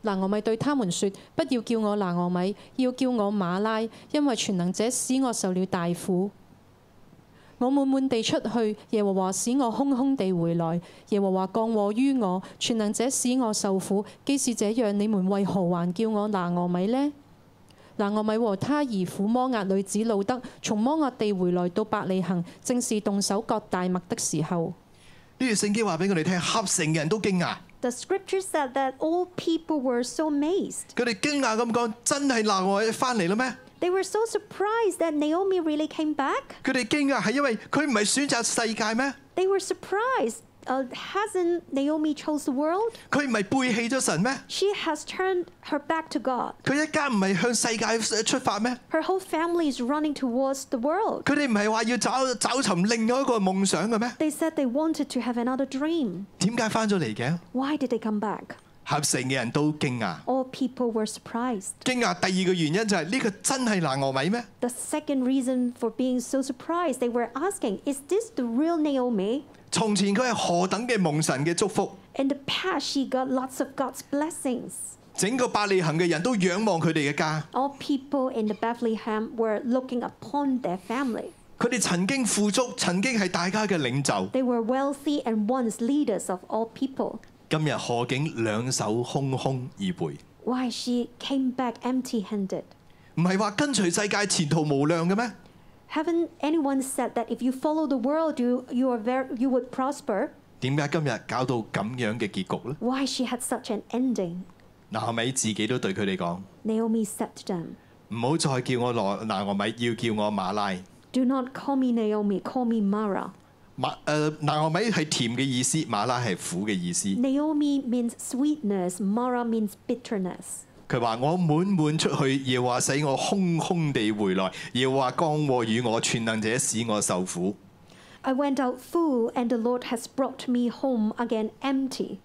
Speaker 3: 拿俄米對他們說：不要叫我拿俄米，要叫我馬拉，因為全能者使我受了大苦。我滿滿地出去，耶和華使我空空地回來。耶和華降禍於我，全能者使我受苦。既是這樣，你們為何還叫我拿俄米呢？拿俄米和他兒婦摩押女子路德從摩押地回來到伯利恒，正是動手割大麥的時候。
Speaker 1: 呢段聖經話俾我哋聽，合城嘅人都驚訝，
Speaker 2: The scripture said that all people were so amazed.
Speaker 1: 佢哋驚訝咁講：真係拿我翻嚟啦咩？
Speaker 2: They were so surprised that Naomi really came back.
Speaker 1: 佢哋驚訝係因為佢唔係選擇世界咩？
Speaker 2: They were surprised uh, hasn't Naomi chose the world?
Speaker 1: 佢唔係背棄咗神咩？
Speaker 2: She has turned her back to God.
Speaker 1: 佢一家唔係向世界出發咩？
Speaker 2: Her whole family is running towards the world.
Speaker 1: 佢哋唔係話要找找尋另外一個夢想嘅咩？
Speaker 2: They said they wanted to have another dream.
Speaker 1: 點解翻咗嚟嘅？
Speaker 2: Why did they come back?
Speaker 1: 合城嘅人都驚訝。
Speaker 2: All people were surprised.
Speaker 1: 驚訝第二個原因就係、呢、個真係拿俄米咩？
Speaker 2: The second reason for being so surprised, they were asking, Is this the real Naomi?
Speaker 1: 從前佢係何等嘅蒙神嘅祝福，
Speaker 2: In the past, she got lots of God's blessings.
Speaker 1: 整個百利行嘅人都仰望佢哋嘅家。
Speaker 2: All people in the Bethlehem were looking upon their family.
Speaker 1: 佢哋曾經富足，曾經係大家嘅領袖。
Speaker 2: They were wealthy and once leaders of all people.
Speaker 1: 今日何竟兩手空空而回？
Speaker 2: Why she came back empty handed?
Speaker 1: 唔係話跟隨世界前途無量嘅咩？
Speaker 2: Haven't anyone said that if you follow the world, you, you, are very, you would prosper?
Speaker 1: 點解今日搞到咁樣嘅結局呢？
Speaker 2: Why she had such an ending?
Speaker 1: 拿俄米自己都對佢哋講：
Speaker 2: Naomi said to them,
Speaker 1: 唔好再叫我拿拿俄米，要叫我馬拉。
Speaker 2: Do not call me Naomi, call me Mara.
Speaker 1: 馬誒、呃拿俄米係甜嘅意思，馬拉係苦嘅意思。
Speaker 2: Naomi means sweetness, Mara means bitterness.
Speaker 1: 佢話：我滿滿出去，耶和華使我空空地回來，耶和華降禍與我，全能者使我受苦。
Speaker 2: I went out full, and the Lord has brought me home again empty.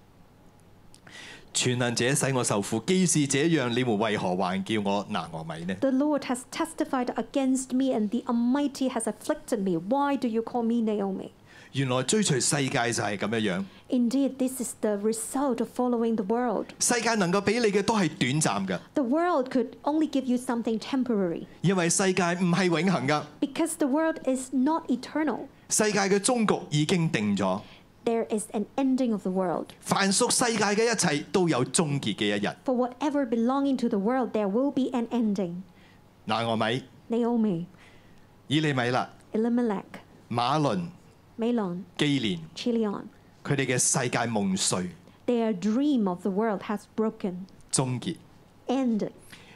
Speaker 1: 全能者使我受苦，既是這樣，你們為何還叫我拿俄米呢？
Speaker 2: The Lord has testified against me, and the Almighty has afflicted me. Why do you call me Naomi?
Speaker 1: 原來追隨世界就係咁樣樣，
Speaker 2: Indeed, this is the result of following the world.
Speaker 1: 世界能夠俾你嘅都係短暫嘅，
Speaker 2: The world could only give you something temporary
Speaker 1: 因為世界唔係永恆噶，
Speaker 2: because the world is not eternal.
Speaker 1: 世界嘅終局已經定咗，
Speaker 2: There is an ending of the world.
Speaker 1: 凡屬世界嘅一切都有終結嘅一日。
Speaker 2: For whatever belonging to the world, there will be an ending.
Speaker 1: 拿俄米、
Speaker 2: Naomi,
Speaker 1: 以利米勒、
Speaker 2: Elimelech,
Speaker 1: 馬倫、
Speaker 2: Malon,
Speaker 1: 基連，
Speaker 2: Chilion,
Speaker 1: 佢哋嘅世界夢碎
Speaker 2: their dream of the world has broken,
Speaker 1: 終結。
Speaker 2: ended.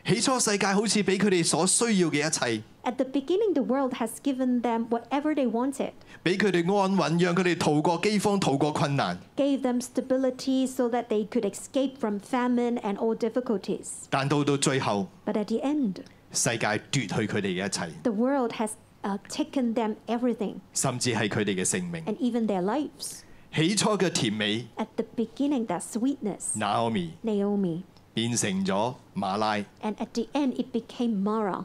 Speaker 1: 起初世界好似俾佢哋所需要嘅一切，
Speaker 2: At the beginning, the world has given them whatever they wanted,
Speaker 1: 俾佢哋安穩，讓佢哋逃過饑荒，逃過困難。
Speaker 2: gave them stability so that they could escape from famine and all difficulties.
Speaker 1: 但到到最後，
Speaker 2: But at the end,
Speaker 1: 世界奪去佢哋嘅一切，
Speaker 2: the world has uh, taken them everything
Speaker 1: 甚至係佢哋嘅性命。
Speaker 2: and even their lives.
Speaker 1: 起初嘅甜美
Speaker 2: At the beginning, that sweetness,
Speaker 1: Naomi
Speaker 2: Naomi,
Speaker 1: 變成咗馬拉，
Speaker 2: and at the end, it became Mara.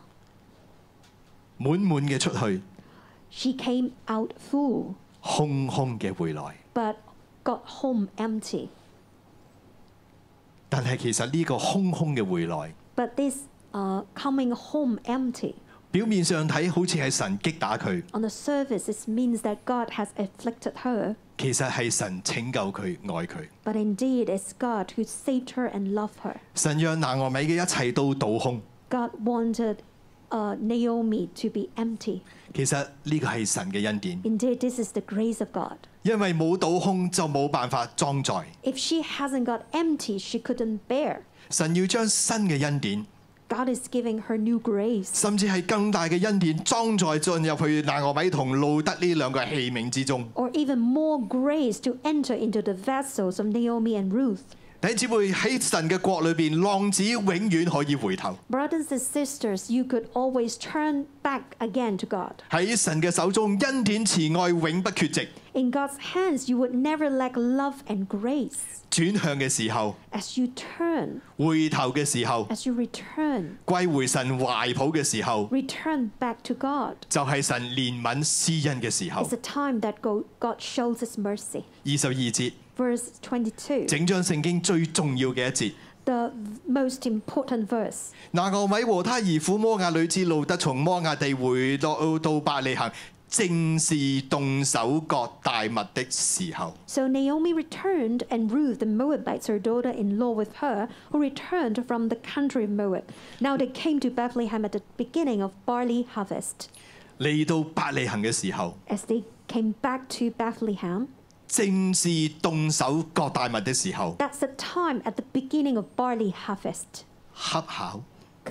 Speaker 1: 滿滿嘅出去，
Speaker 2: She came out full,
Speaker 1: 空空嘅回來。
Speaker 2: but got home empty.
Speaker 1: 但係其實呢個空空嘅回來，
Speaker 2: But this uh, coming home empty
Speaker 1: 表面上睇好似係神擊打佢，
Speaker 2: on the surface, it means that God has afflicted her,
Speaker 1: 其實係神拯救佢、愛佢。
Speaker 2: but indeed it's God who saved her and loved her.
Speaker 1: 神讓拿俄米嘅一切都倒空，
Speaker 2: God wanted uh, Naomi to be empty.
Speaker 1: 其實呢個係神嘅恩典。
Speaker 2: Indeed, this is the grace of God.
Speaker 1: 因為冇倒空就冇辦法裝載。
Speaker 2: If she hasn't got empty, she couldn't bear.
Speaker 1: 神要將新嘅恩典，
Speaker 2: God is giving her new grace
Speaker 1: 甚至係更大嘅恩典裝載進入去拿俄米同路德呢兩個器皿之中。
Speaker 2: or even more grace to enter into the vessels of Naomi and Ruth.
Speaker 1: 弟兄姊妹喺神嘅國裏邊，浪子永遠可以回頭。
Speaker 2: Brothers and sisters, you could always turn back again to God.
Speaker 1: 喺神嘅手中，恩典慈愛永不缺席。
Speaker 2: In God's hands, you would never lack love and grace.
Speaker 1: 轉向嘅時候，
Speaker 2: As you turn,
Speaker 1: 回頭嘅時候，
Speaker 2: as you return,
Speaker 1: 歸回神懷抱嘅時候，
Speaker 2: return back to God.
Speaker 1: 就係、神憐憫施恩嘅時候
Speaker 2: It's。a time that go- God shows His mercy.
Speaker 1: 二十二節，
Speaker 2: Verse 22,
Speaker 1: 整章聖經最重要嘅一節。
Speaker 2: the most important verse.
Speaker 1: 拿俄米和他姨父摩亞女子路德從摩亞地回落到伯利恒，正是動手割大麥的時候。
Speaker 2: So Naomi returned, and Ruth the Moabites, her daughter in law, with her, who returned from the country of Moab. Now they came to Bethlehem at the beginning of barley harvest.
Speaker 1: 嚟到伯利恒嘅時候，
Speaker 2: As they came back to Bethlehem,
Speaker 1: 正是動手割大麥的時候。
Speaker 2: that's the time at the beginning of barley harvest.
Speaker 1: 恰巧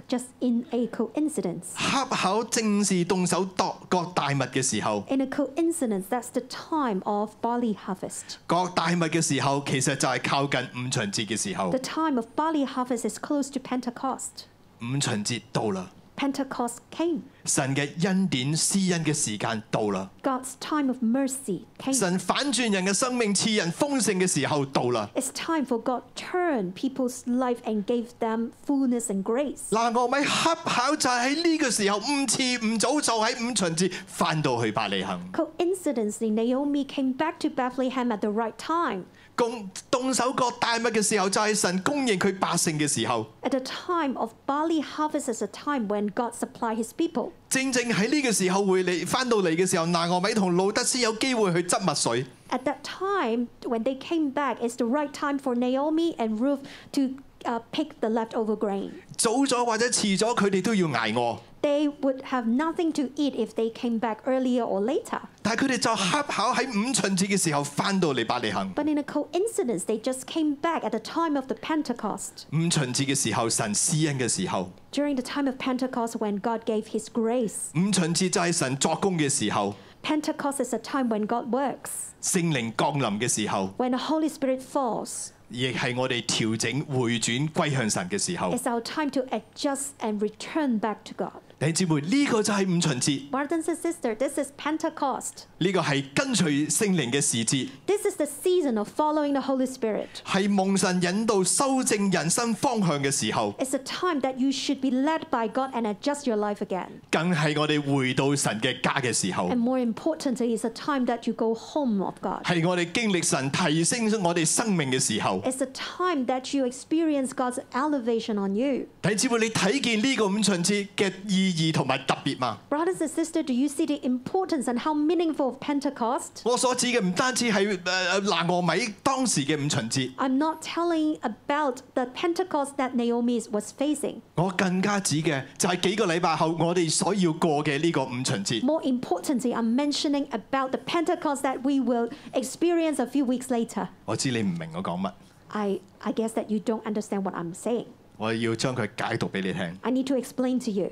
Speaker 2: just in a coincidence.
Speaker 1: 恰巧正是動手度割大麥嘅時候，
Speaker 2: In a coincidence, that's the time of barley harvest.
Speaker 1: 割大麥嘅時候其實就係靠近五旬節嘅時候
Speaker 2: The，time of barley harvest is close to Pentecost.
Speaker 1: 五旬節到啦，
Speaker 2: Pentecost came.
Speaker 1: 神嘅恩典施恩嘅時間到啦，
Speaker 2: God's time of mercy came.
Speaker 1: 神反轉人嘅生命賜人豐盛嘅時候到啦。
Speaker 2: It's time for God turned people's life and gave them fullness and grace.
Speaker 1: 嗱，俄米恰巧就喺呢個時候，唔遲唔早就喺五旬節翻到去伯利恒，
Speaker 2: Coincidentally, Naomi came back to Bethlehem at the right time,
Speaker 1: 共動手割大麥嘅時候，就係、神供應佢百姓嘅時候。
Speaker 2: at the time of barley harvest, is a time when God supplied His people.
Speaker 1: 正正喺呢個時候會嚟翻到嚟嘅時候，拿俄米同路德斯有機會去執墨水。
Speaker 2: At that time, when they came back, it's the right time for Naomi and Ruth to uh, pick the leftover grain.
Speaker 1: 早咗或者遲咗，佢哋都要捱餓。
Speaker 2: They would have nothing to eat if they came back earlier or later.
Speaker 1: 但係佢哋就恰巧喺五旬節嘅時候翻到嚟伯利恒。
Speaker 2: But in a coincidence, they just came back at the time of the Pentecost.
Speaker 1: 五旬節嘅時候，神施恩嘅時候，
Speaker 2: During the time of Pentecost, when God gave His grace,
Speaker 1: 五旬節就係神作工嘅時候，
Speaker 2: Pentecost is a time when God works,
Speaker 1: 聖靈降臨嘅時候，
Speaker 2: when the Holy Spirit falls.
Speaker 1: 亦係我哋調整回轉歸向神嘅時候。
Speaker 2: It's our time to adjust and return back to God.
Speaker 1: 弟兄姊妹，呢、個就係五旬節，
Speaker 2: Brothers and sisters, this is Pentecost.
Speaker 1: 呢、個係跟隨聖靈嘅時節，
Speaker 2: This is the season of following the Holy Spirit.
Speaker 1: 係蒙神引導修正人生方向嘅時候。
Speaker 2: It's a time that you should be led by God and adjust your life again.
Speaker 1: 更係我哋回到神嘅家嘅時候，
Speaker 2: And more importantly, it's a time that you go home of God.
Speaker 1: 係我哋經歷神提升我哋生命嘅時候。
Speaker 2: It's a time that you experience God's elevation on you.
Speaker 1: 弟兄姊妹，你睇見呢個五旬節嘅意義同埋特別嘛？
Speaker 2: Brothers and sisters, do you see the importance and how meaningful of Pentecost?
Speaker 1: 我所指嘅唔單止係誒拿俄米當時嘅五旬節，
Speaker 2: I'm not telling about the Pentecost that Naomi was facing.
Speaker 1: 我更加指嘅就係幾個禮拜後我哋所要過嘅呢個五旬節。
Speaker 2: More importantly, I'm mentioning about the Pentecost that we will experience a few weeks later.
Speaker 1: 我知你唔明我講乜，
Speaker 2: I, I guess that you don't understand what I'm saying.
Speaker 1: 我要將佢解讀俾你聽。
Speaker 2: I need to explain to you.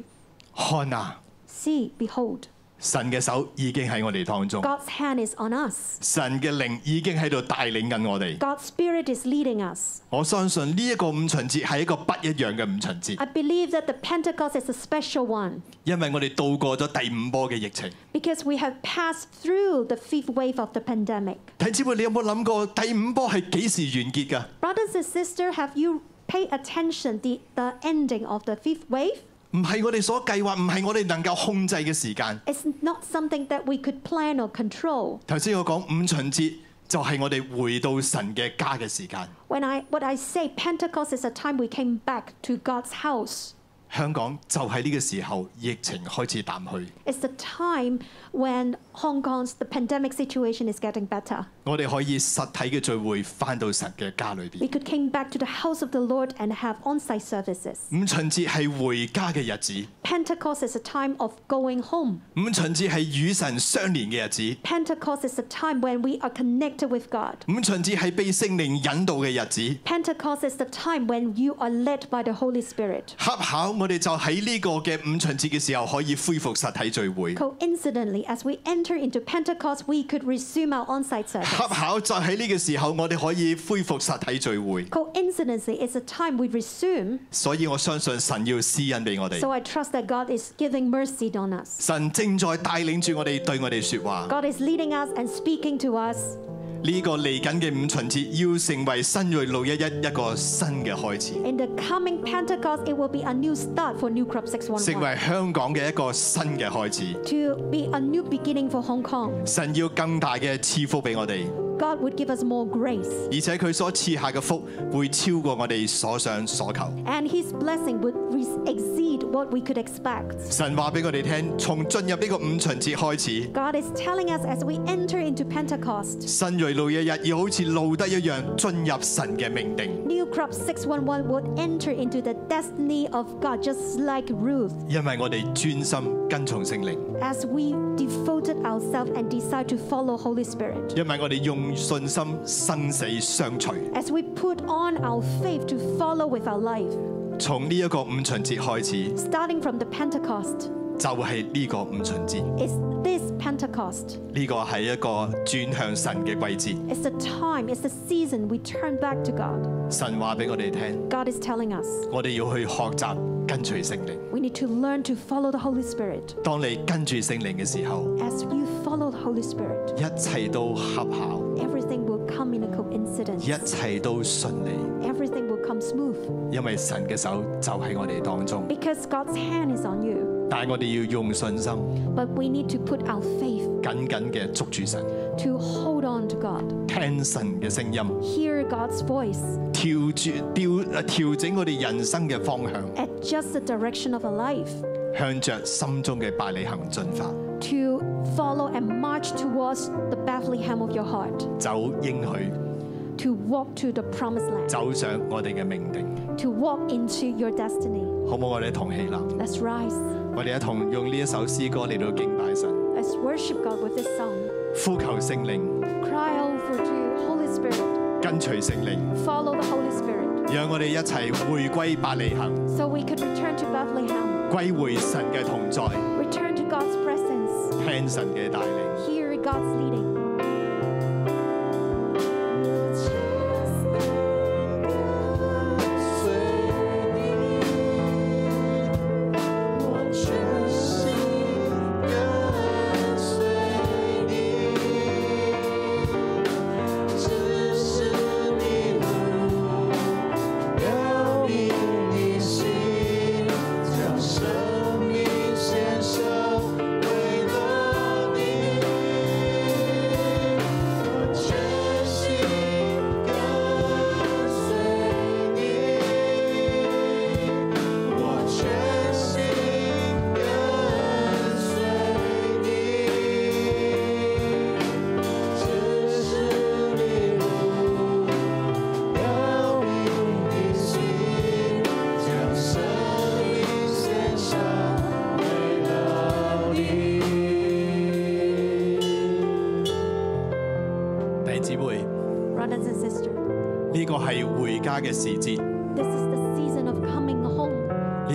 Speaker 1: 看啊，
Speaker 2: See, behold,
Speaker 1: 神嘅手已經喺我哋當中，
Speaker 2: God's hand is on us.
Speaker 1: 神嘅靈已經喺度帶領緊我哋。
Speaker 2: God's Spirit is leading us.
Speaker 1: 我相信呢一個五旬節係一個不一樣嘅五旬節。
Speaker 2: I believe that the Pentecost is a special one
Speaker 1: 因為我哋度過咗第五波嘅疫情。
Speaker 2: because we have passed through the fifth wave of the pandemic.
Speaker 1: 弟兄姊妹，你有冇諗過第五波係幾時完結㗎？
Speaker 2: Brothers and sisters, have you paid attention the, the ending of the fifth wave?
Speaker 1: 唔係我哋所計劃，唔係我哋能夠控制嘅時間。
Speaker 2: It's not something that we could plan or control.
Speaker 1: 頭先我講五旬節就係我哋回到神嘅家嘅時間。
Speaker 2: When I what I say Pentecost is a time we came back to God's house.
Speaker 1: 香港就喺呢個時候，疫情開始淡去，
Speaker 2: It's the time when Hong Kong's the pandemic situation is getting better.
Speaker 1: 我哋可以實體嘅聚會翻到神嘅家裏邊
Speaker 2: We。could came back to the house of the Lord and have on-site services.
Speaker 1: 五旬節係回家嘅日子，
Speaker 2: Pentecost is a time of going home.
Speaker 1: 五旬節係與神相連嘅日子，
Speaker 2: Pentecost is a time when we are connected with God.
Speaker 1: 五旬節係被聖靈引導嘅日子。
Speaker 2: Pentecost is the time when you are led by the Holy Spirit.
Speaker 1: 恰巧我哋就喺呢個嘅五旬節嘅時候可以恢復實體聚會。
Speaker 2: Coincidentally, as we enter into Pentecost, we could resume our on-site service.
Speaker 1: 恰巧就喺呢個時候，我哋可以恢復實體聚會，
Speaker 2: Coincidentally, it's a time we resume.
Speaker 1: 所以我相信神要施恩俾我哋
Speaker 2: So。I trust that God is giving mercy on us.
Speaker 1: 神正在帶領住我哋對我哋說話。
Speaker 2: God is leading us and speaking to us.
Speaker 1: 呢、個嚟緊嘅五旬節要成為新锐六一一一個新嘅開始，
Speaker 2: In the coming Pentecost, it will be a new start for New Crop
Speaker 1: 成
Speaker 2: 611.
Speaker 1: 為香港嘅一個新嘅開始。
Speaker 2: To be a new beginning for Hong Kong,
Speaker 1: 神要更大嘅賜福俾我哋，
Speaker 2: God would give us more grace,
Speaker 1: 而且佢所賜下嘅福會超過我哋所想所求。
Speaker 2: and His blessing would re- exceed what we could expect.
Speaker 1: 神話俾我哋聽，從進入呢個五旬節開始。
Speaker 2: God is telling us as we enter into Pentecost,
Speaker 1: 新锐路一日要好似路得一樣進入神嘅命定，
Speaker 2: New Crop 611 would enter into the destiny of God, just like Ruth.
Speaker 1: 因為我哋專心跟從聖靈，
Speaker 2: as we devoted ourselves and decide to follow Holy Spirit.
Speaker 1: 因為我哋用信心生死相隨，
Speaker 2: As we put on our faith to follow with our life,
Speaker 1: 在從呢一個五旬節開始，
Speaker 2: Starting from the Pentecost,
Speaker 1: 就係呢個五旬節，
Speaker 2: it's this Pentecost.
Speaker 1: 呢個係一個轉向神嘅季
Speaker 2: It's the time, it's the season we turn back to God.
Speaker 1: 節。神話俾我哋聽，
Speaker 2: God is telling us
Speaker 1: 我哋要去學習跟隨聖靈。
Speaker 2: we need to learn to follow the Holy Spirit.
Speaker 1: 當你跟住聖靈嘅時候，
Speaker 2: As you follow the Holy Spirit,
Speaker 1: 一切都恰巧，
Speaker 2: everything will come in a coincidence.
Speaker 1: 一切都順利，
Speaker 2: Everything will come smooth
Speaker 1: 因為神嘅手就喺我哋當中。
Speaker 2: because God's hand is on you.
Speaker 1: 但係我哋要用信心，
Speaker 2: But we need to put our faith
Speaker 1: 緊緊嘅捉住神，
Speaker 2: to hold on to God,
Speaker 1: 聽神嘅聲音，
Speaker 2: hear God's voice,
Speaker 1: 調住調呃調整我哋人生嘅方向，
Speaker 2: adjust the direction of our life
Speaker 1: 向着心中嘅百里行進發，
Speaker 2: to follow and march towards the Bethlehem of your heart,
Speaker 1: 走應許，
Speaker 2: to walk to the promised land,
Speaker 1: 走上我哋嘅命定。
Speaker 2: to walk into your destiny.
Speaker 1: 好唔好？我哋一同起立，
Speaker 2: Let's rise.
Speaker 1: 我哋一同用呢一首詩歌嚟到敬拜神，
Speaker 2: Let's worship God with this song.
Speaker 1: 呼求聖靈，
Speaker 2: Cry over to Holy Spirit.
Speaker 1: 跟隨聖靈。
Speaker 2: Follow the Holy Spirit
Speaker 1: 讓我哋一齊回歸百里行，
Speaker 2: so we could return to Bethlehem,
Speaker 1: 歸回神嘅同在，
Speaker 2: return to God's presence,
Speaker 1: 聽神嘅帶領。
Speaker 2: hear God's leading.
Speaker 4: Thank
Speaker 1: 弟兄姊妹，呢、
Speaker 2: Brothers and sisters,
Speaker 1: 個係回家嘅時節，呢、
Speaker 2: this is the season of coming home.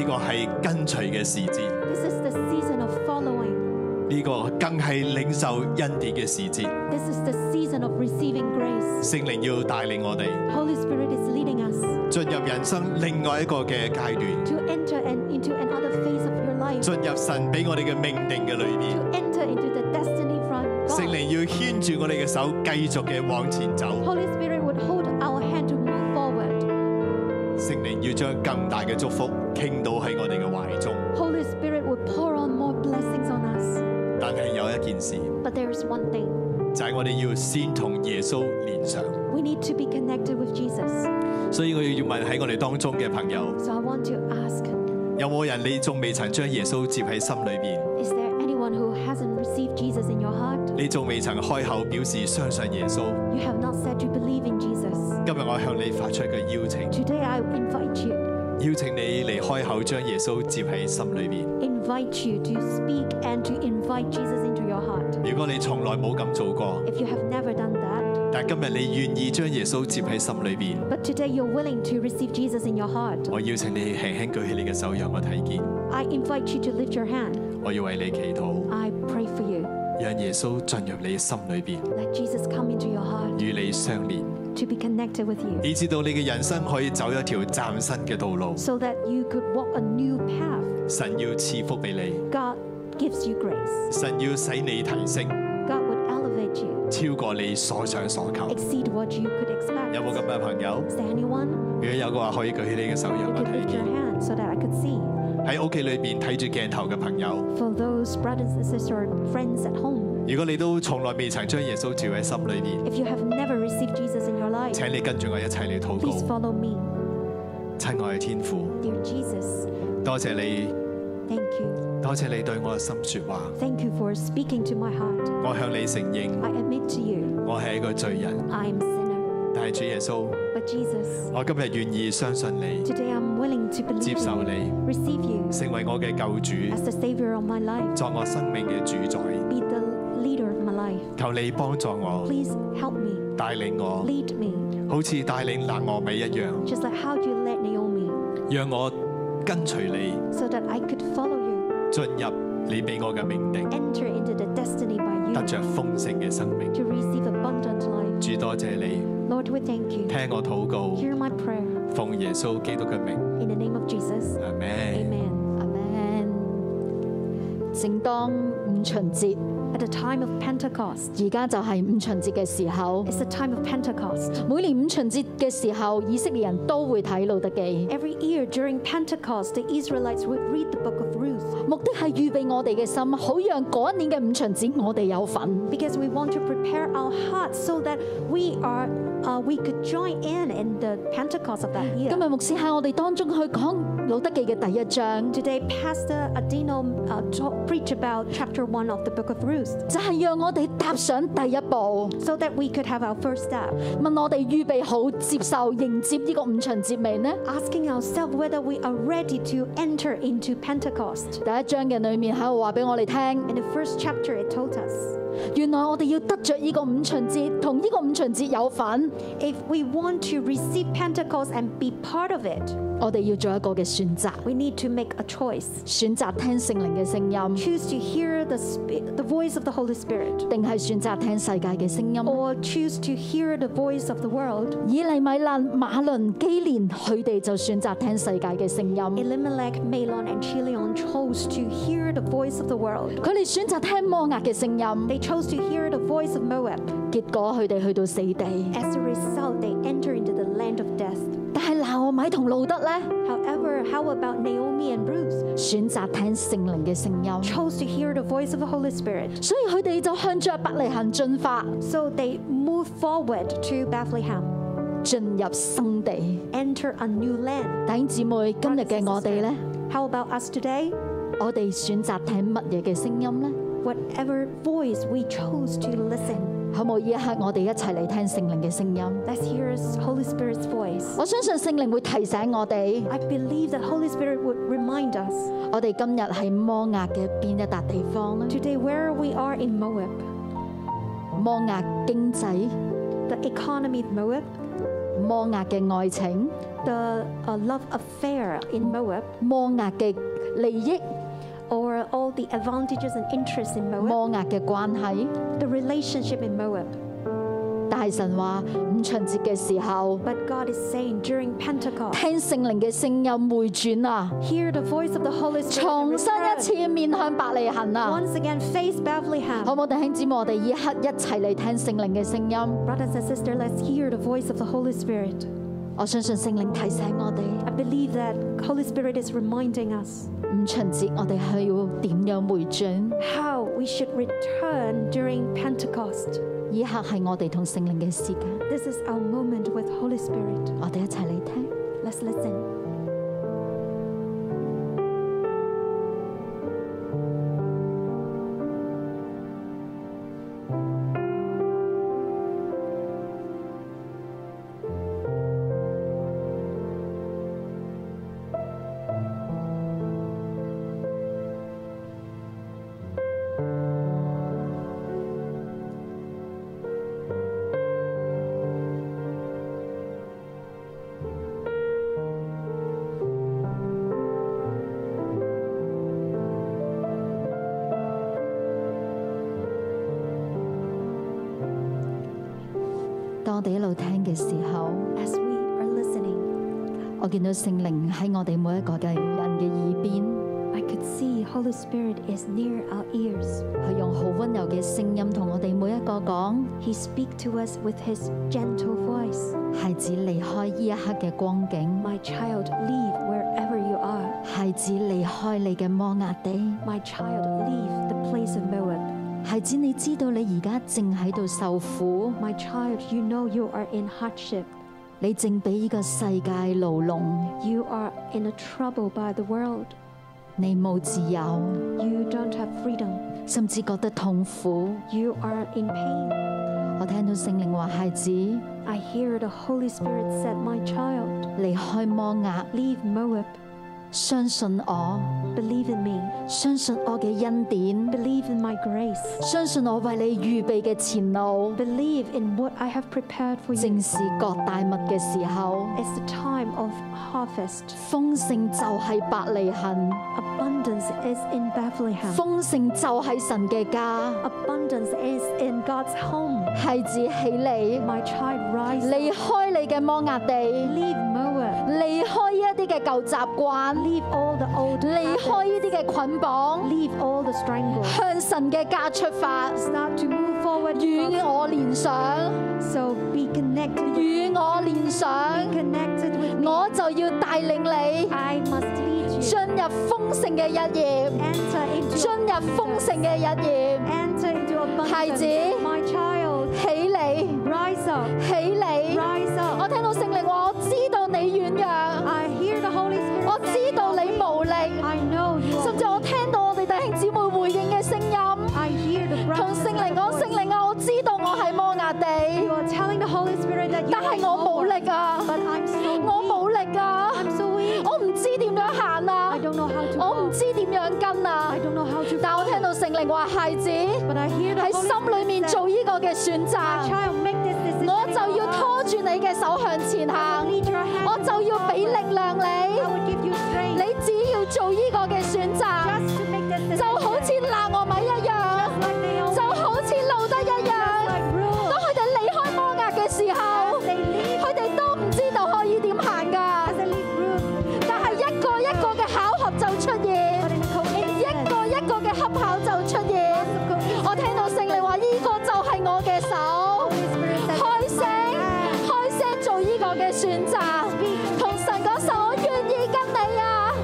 Speaker 1: 個係跟隨嘅時節，呢、
Speaker 2: This is the season of following.
Speaker 1: 個更係領受恩典嘅時節。
Speaker 2: This is the season of receiving grace.
Speaker 1: 聖靈要帶領我哋
Speaker 2: Holy Spirit is leading us
Speaker 1: 進入人生另外一個嘅階段，
Speaker 2: to enter and into another phase of your life,
Speaker 1: 進入神俾我哋嘅命定嘅裏面。
Speaker 2: to enter into the destiny from
Speaker 1: 聖
Speaker 2: God.
Speaker 1: 靈要牽住我哋嘅手，繼續嘅往前走。
Speaker 2: Holy Spirit would hold our hand to move forward.
Speaker 1: 聖靈要將更大嘅祝福傾倒喺我哋嘅懷中。
Speaker 2: Holy Spirit would pour on more blessings on us.
Speaker 1: 但係有一件事。
Speaker 2: But there is one thing
Speaker 1: 就係我哋要先同耶穌連上，
Speaker 2: we need to be connected with Jesus.
Speaker 1: 所以我要問喺我哋當中嘅朋友，
Speaker 2: So I want to ask
Speaker 1: 有冇人你仲未曾將耶穌接喺心裏面？
Speaker 2: Is there anyone who hasn't received Jesus in your heart?
Speaker 1: 你仲未曾開口表示相信耶穌？
Speaker 2: You have not said you believe in Jesus.
Speaker 1: 今日我向你發出一個邀請，
Speaker 2: Today I invite you,
Speaker 1: 邀請你嚟開口將耶穌接喺心裏面。
Speaker 2: invite you to speak and to invite Jesus into your heart.
Speaker 1: 如果你從來冇咁做過，
Speaker 2: If you have never done that,
Speaker 1: 但今日你願意將耶穌接喺心裏面，
Speaker 2: but today you're willing to receive Jesus in your heart,
Speaker 1: 我邀請你輕輕舉起你嘅手，讓我睇見。
Speaker 2: I invite you to lift your hand.
Speaker 1: 我要為你祈禱，
Speaker 2: I pray for you.
Speaker 1: 讓耶穌進入你嘅心裏面，
Speaker 2: Let Jesus come into your heart
Speaker 1: 與你相連。
Speaker 2: to be connected with you
Speaker 1: 以至到你嘅人生可以走一條嶄新嘅道路。
Speaker 2: so that you could walk a new path.
Speaker 1: 神要賜福俾你，
Speaker 2: God gives you grace,
Speaker 1: 神要使你提升，
Speaker 2: God would elevate you,
Speaker 1: 超過你所想所求。
Speaker 2: exceed what you could expect.
Speaker 1: 有冇咁嘅朋友？
Speaker 2: Is there anyone?
Speaker 1: 如果有嘅話，可以舉起你嘅手，讓
Speaker 2: You
Speaker 1: 我
Speaker 2: could
Speaker 1: 睇
Speaker 2: lift your
Speaker 1: 見。
Speaker 2: hand so that I could see.
Speaker 1: 喺屋企裏面睇住鏡頭嘅朋友，
Speaker 2: For those brothers and sisters or friends at home,
Speaker 1: 如果你都從來未曾將耶穌照喺心裏面，
Speaker 2: if you have never received Jesus in your life,
Speaker 1: 請你跟住我一齊嚟禱
Speaker 2: please
Speaker 1: 告。
Speaker 2: follow me.
Speaker 1: 親愛嘅天父，
Speaker 2: Dear Jesus,
Speaker 1: 多謝你，
Speaker 2: thank you.
Speaker 1: 多謝你對我嘅心説話。
Speaker 2: Thank you for speaking to my heart.
Speaker 1: 我向你承認，
Speaker 2: I admit to you,
Speaker 1: 我係一個罪人，
Speaker 2: I am sinner.
Speaker 1: 但係主耶穌，
Speaker 2: But Jesus,
Speaker 1: 我今日願意相信你，
Speaker 2: today I'm willing to believe
Speaker 1: 接
Speaker 2: in
Speaker 1: 受
Speaker 2: you,
Speaker 1: 你。
Speaker 2: receive you
Speaker 1: 成為我嘅救主，
Speaker 2: as the Savior of my life.
Speaker 1: 作我生命嘅主宰。
Speaker 2: be the leader of my life.
Speaker 1: 求你幫助我，
Speaker 2: Please help me,
Speaker 1: 帶領我，
Speaker 2: lead me,
Speaker 1: 好似帶領拿俄米一樣，
Speaker 2: just like how you led Naomi,
Speaker 1: 讓我跟隨你，
Speaker 2: so that I could follow you,
Speaker 1: 進入你俾我嘅命定，
Speaker 2: enter into the destiny by
Speaker 1: 得
Speaker 2: you,
Speaker 1: 着豐盛嘅生命。
Speaker 2: to receive abundant life.
Speaker 1: 主多謝你，
Speaker 2: Lord, we thank you.
Speaker 1: 聽我禱告，
Speaker 2: Hear my prayer.
Speaker 1: 奉耶穌基督嘅名，
Speaker 2: In the name of Jesus,
Speaker 1: 阿門。
Speaker 2: amen.
Speaker 5: Amen. 正當五旬節，
Speaker 2: At the time of Pentecost,
Speaker 5: 而家就係五旬節嘅時候。
Speaker 2: it's the time of Pentecost.
Speaker 5: 每年五旬節嘅時候，以色列人都會睇路得記，
Speaker 2: Every year during Pentecost, the Israelites would read the book of Ruth
Speaker 5: 目的係預備我哋嘅心，好讓嗰一年嘅五旬節我哋有份。
Speaker 2: because we want to prepare our hearts so that we are uh, we could join in in the Pentecost of that
Speaker 5: 今
Speaker 2: year.
Speaker 5: 日牧師喺我哋當中去講路得記嘅第一章，
Speaker 2: Today, Pastor Adino uh, talk, preach about chapter one of the book of Ruth,
Speaker 5: 就係、讓我哋踏上第一步。
Speaker 2: so that we could have our first step,
Speaker 5: 問我哋預備好接受迎接呢個五旬節未呢？
Speaker 2: asking ourselves whether we are ready to enter into Pentecost.
Speaker 5: 第一章嘅裏面喺度話俾我哋聽，
Speaker 2: In the first chapter, it told us
Speaker 5: 原來我哋要得着呢個五旬節，同呢個五旬節有份，
Speaker 2: if we want to receive Pentecost and be part of it,
Speaker 5: 我哋要做一個嘅選擇，
Speaker 2: we need to make a choice.
Speaker 5: 選擇聽聖靈嘅聲音，
Speaker 2: Choose to hear the, spi- the voice of the Holy Spirit
Speaker 5: 定係選擇聽世界嘅聲音。
Speaker 2: or choose to hear the voice of the world.
Speaker 5: 以利米勒、馬倫、基連，佢哋就選擇聽世界嘅聲音，
Speaker 2: Elimelech, Malon, and Chilion chose to hear the voice of the world.
Speaker 5: 佢哋選擇聽摩押嘅聲音，
Speaker 2: They chose to hear the voice of Moab.
Speaker 5: 結果佢哋去到死地。
Speaker 2: As a result, they enter into the land of death.
Speaker 5: 但係拿俄米同路德呢，
Speaker 2: However, how about Naomi and Ruth?
Speaker 5: 選擇聽聖靈嘅聲音，
Speaker 2: Chose to hear the voice of the Holy Spirit.
Speaker 5: 所以佢哋就向着伯利恒進發，
Speaker 2: So they move forward to Bethlehem,
Speaker 5: 進入生地。
Speaker 2: enter a new land.
Speaker 5: 弟兄姊妹，今日嘅我哋呢，
Speaker 2: How about us today?
Speaker 5: 我哋選擇聽乜嘢嘅聲音呢？
Speaker 2: Whatever voice we chose to listen,
Speaker 5: 好冇？呢一刻我哋一齊嚟聽聖靈嘅聲音。
Speaker 2: let's hear his- Holy Spirit's voice.
Speaker 5: 我相信聖靈會提醒我哋，
Speaker 2: I believe that Holy Spirit would remind us
Speaker 5: 我哋今日喺摩押嘅邊一笪地方呢？
Speaker 2: today where we are in Moab,
Speaker 5: 摩押經濟、
Speaker 2: the economy of Moab,
Speaker 5: 摩押嘅愛情、
Speaker 2: the uh, love affair in Moab,
Speaker 5: 摩押嘅利益、
Speaker 2: or all the advantages and interests in Moab,
Speaker 5: 摩押嘅關係。
Speaker 2: the relationship in Moab.
Speaker 5: 但係神話五旬節嘅時候，
Speaker 2: But God is saying during Pentecost,
Speaker 5: 聽聖靈嘅聲音回轉啊，
Speaker 2: hear the voice of the Holy Spirit.
Speaker 5: 重
Speaker 2: and
Speaker 5: 新
Speaker 2: return.
Speaker 5: 一次面向百利行啊！
Speaker 2: Once again, face Bethlehem.
Speaker 5: 好冇弟兄姊妹，我哋依刻一齊嚟聽聖靈嘅聲音。
Speaker 2: Brothers and sisters, let's hear the voice of the Holy Spirit.
Speaker 5: 我相信聖靈提醒我哋，
Speaker 2: I believe that Holy Spirit is reminding us
Speaker 5: 五旬節我哋係要點樣回轉？
Speaker 2: how we should return during Pentecost.
Speaker 5: 依刻係我哋同聖靈嘅時間，
Speaker 2: This is our moment with Holy Spirit.
Speaker 5: 我哋一齊嚟聽。
Speaker 2: Let's listen.
Speaker 5: 當我哋一路聽嘅時候，
Speaker 2: As we are listening,
Speaker 5: 我見到聖靈喺我哋每一個嘅人嘅耳邊，
Speaker 2: I could see Holy Spirit is near our ears.
Speaker 5: 佢用好温柔嘅聲音同我哋每一個講：
Speaker 2: He speaks to us with his gentle voice.
Speaker 5: 孩子離開呢一刻嘅光景，
Speaker 2: My child, leave wherever you are.
Speaker 5: 孩子離開你嘅摩押地，
Speaker 2: My child, leave the place of Moab.
Speaker 5: 孩子你知道你而家正喺度受苦，
Speaker 2: My child, you know you are in hardship.
Speaker 5: 你正俾呢個世界牢籠，
Speaker 2: You are in a trouble by the world.
Speaker 5: 你冇自由，
Speaker 2: You don't have freedom.
Speaker 5: 甚至覺得痛苦。
Speaker 2: You are in pain.
Speaker 5: 我聽到聖靈話：孩子
Speaker 2: I hear the Holy Spirit said, My child,
Speaker 5: 離開摩押，
Speaker 2: leave Moab.
Speaker 6: 相信我，
Speaker 2: Believe in me.
Speaker 6: 相信我嘅恩典，
Speaker 2: Believe in my grace.
Speaker 6: 相信我為你預備嘅前路，
Speaker 2: Believe in what I have prepared for you.
Speaker 6: 正是割大麥嘅時候，
Speaker 2: It's the time of harvest.
Speaker 6: 豐盛就係百利行，
Speaker 2: Abundance is in Bethlehem.
Speaker 6: 豐盛就係神嘅家。
Speaker 2: Abundance is in God's home.
Speaker 6: 孩子起嚟，
Speaker 2: My child, rise.
Speaker 6: 離開你嘅摩押地，
Speaker 2: Leave Moab.
Speaker 6: 離開呢一啲嘅舊習慣，
Speaker 2: Leave all the old.
Speaker 6: 離
Speaker 2: habits.
Speaker 6: 開呢啲嘅捆綁，
Speaker 2: Leave all the strangles.
Speaker 6: 向神嘅家出發，
Speaker 2: Start to move forward.
Speaker 6: 與我連想，
Speaker 2: So be connected.
Speaker 6: 與我連想
Speaker 2: Be，connected with me.
Speaker 6: 我就要帶領你
Speaker 2: I must lead you.
Speaker 6: 進入豐盛嘅一夜，
Speaker 2: Enter into.
Speaker 6: 進入豐盛嘅一夜，
Speaker 2: Enter into abundance.
Speaker 6: 孩子
Speaker 2: My child,
Speaker 6: 起嚟，
Speaker 2: rise up.
Speaker 6: 起嚟！
Speaker 2: Rise up.
Speaker 6: 我聽到聖靈話，我知道你軟弱，
Speaker 2: I hear the Holy Spirit.
Speaker 6: 我知
Speaker 2: saying,
Speaker 6: 道你無力。
Speaker 2: I know you. are
Speaker 6: 甚至我聽到我哋弟兄姊妹回應嘅聲音，
Speaker 2: I hear the
Speaker 6: 同
Speaker 2: brothers
Speaker 6: 聖
Speaker 2: and
Speaker 6: 靈講：
Speaker 2: the
Speaker 6: 聖
Speaker 2: voice.
Speaker 6: 靈啊，我知道我係摩亞
Speaker 2: You
Speaker 6: 地，
Speaker 2: are telling the Holy Spirit that you
Speaker 6: 但
Speaker 2: are
Speaker 6: 係我
Speaker 2: no
Speaker 6: 冇
Speaker 2: one.
Speaker 6: 力啊，
Speaker 2: But I'm so
Speaker 6: 我
Speaker 2: weak.
Speaker 6: 冇力啊，
Speaker 2: I'm so weak.
Speaker 6: 我唔知點樣行
Speaker 2: I
Speaker 6: 啊，
Speaker 2: don't know how to
Speaker 6: 我唔
Speaker 2: walk.
Speaker 6: 知點樣跟啊
Speaker 2: I，don't know how to
Speaker 6: 但我聽到聖靈話：孩子
Speaker 2: But
Speaker 6: 喺
Speaker 2: I hear the Holy
Speaker 6: 心裏面
Speaker 2: Spirit say,
Speaker 6: 做呢個嘅選
Speaker 2: My
Speaker 6: 擇，
Speaker 2: child, make this decision.
Speaker 6: 我
Speaker 2: in
Speaker 6: 就
Speaker 2: your
Speaker 6: 要
Speaker 2: life.
Speaker 6: 拖住你嘅手向前
Speaker 2: I
Speaker 6: 行
Speaker 2: will，lead your hand
Speaker 6: 我
Speaker 2: to
Speaker 6: 就
Speaker 2: move
Speaker 6: 要俾
Speaker 2: forward.
Speaker 6: 力量
Speaker 2: I
Speaker 6: 你，
Speaker 2: will give you strength
Speaker 6: 你只要做呢個嘅選擇，
Speaker 2: just to make this decision.
Speaker 6: 就好似拿俄米一樣。
Speaker 2: like they all
Speaker 6: 就好似路得一樣，
Speaker 2: like rules.
Speaker 6: 當佢哋離開摩押嘅時候，
Speaker 2: They leave
Speaker 6: 佢哋都唔知道可以點行噶
Speaker 2: as。they leave rules.
Speaker 6: 但係一個一個嘅巧合就出現
Speaker 2: But，in a
Speaker 6: 一
Speaker 2: coincidence,
Speaker 6: 個一個嘅恰巧就出現。我聽到聖靈話：呢個就係我嘅手，開聲，開聲做呢個嘅選擇，同神講神，我願意跟你啊，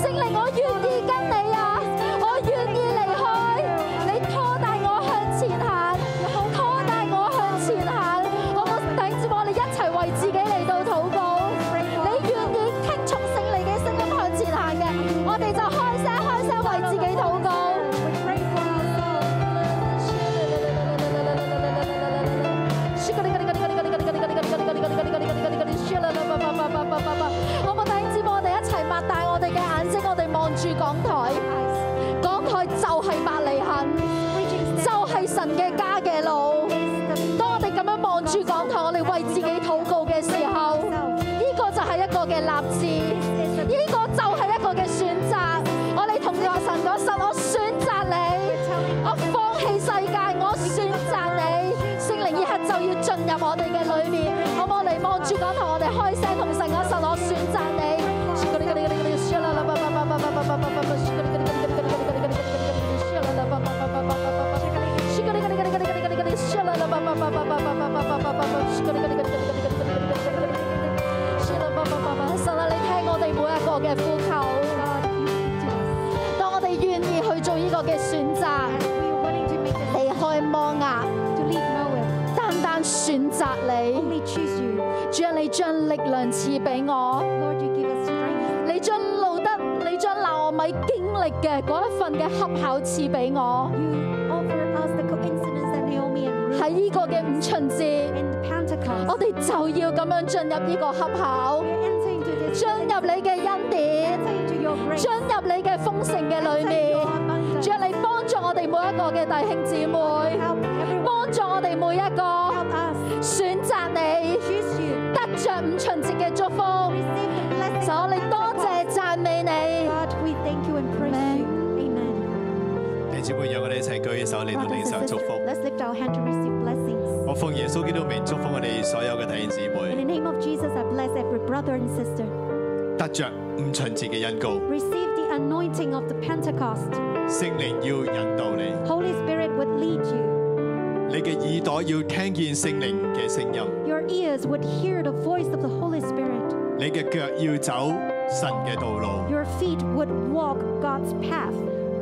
Speaker 6: 聖靈，我願意跟你啊，我願意離開，你拖帶我向前行，拖帶我向前行，好唔好？弟兄姊妹，我哋一齊為自己嚟到禱告，你願意聽從聖靈嘅聲音向前行嘅，我哋就開聲開聲為自己禱告。
Speaker 2: we pray for ourselves.
Speaker 6: 我冇弟兄姊妹，我哋一齊擘大我哋嘅眼睛，我哋望住港台，港台就係百里行，就係神嘅家嘅路。當我哋咁樣望住港台，我哋為自己禱告嘅時候，呢個就係一個嘅立志，呢個就係一個嘅選擇。我哋同個神講，神，我選擇你。我放棄世界，我選擇你。聖靈一刻就要進入我哋嘅裏面，好唔好？我哋望住講台，我哋開聲同神講：神，我選擇你。神啊，你聽我哋每一個嘅呼求。當我哋願意去做呢個嘅選擇。離開摩押，單單選擇你。主啊，你將力量賜俾我，你將路得，你將拿俄米經歷嘅嗰一份嘅恰巧賜俾我。喺呢個嘅五旬節，我哋就要咁樣進入呢個恰巧，進入你嘅恩典，進入你嘅豐盛嘅裏面。主啊，你幫助我哋每一個嘅弟兄姊妹，幫助我哋每一個選擇你，得着五旬節嘅祝福。神，我哋多謝讚美你。
Speaker 1: 弟兄姊妹，讓我哋一齊舉起手嚟到領受祝福。
Speaker 2: Let's lift our hand to receive blessings.
Speaker 1: 我奉耶穌基督名祝福我哋所有嘅弟兄姊
Speaker 2: In the
Speaker 1: 妹，
Speaker 2: name of Jesus, I bless every brother and sister.
Speaker 1: 得着五旬節嘅恩告，
Speaker 2: Receive the anointing of the Pentecost.
Speaker 1: 聖靈要引導你，
Speaker 2: Holy Spirit would lead you.
Speaker 1: 你嘅耳朵要聽見聖靈嘅聲音，
Speaker 2: Your ears would hear the voice of the Holy Spirit.
Speaker 1: 你嘅腳要走神嘅道路。
Speaker 2: Your feet would walk God's path.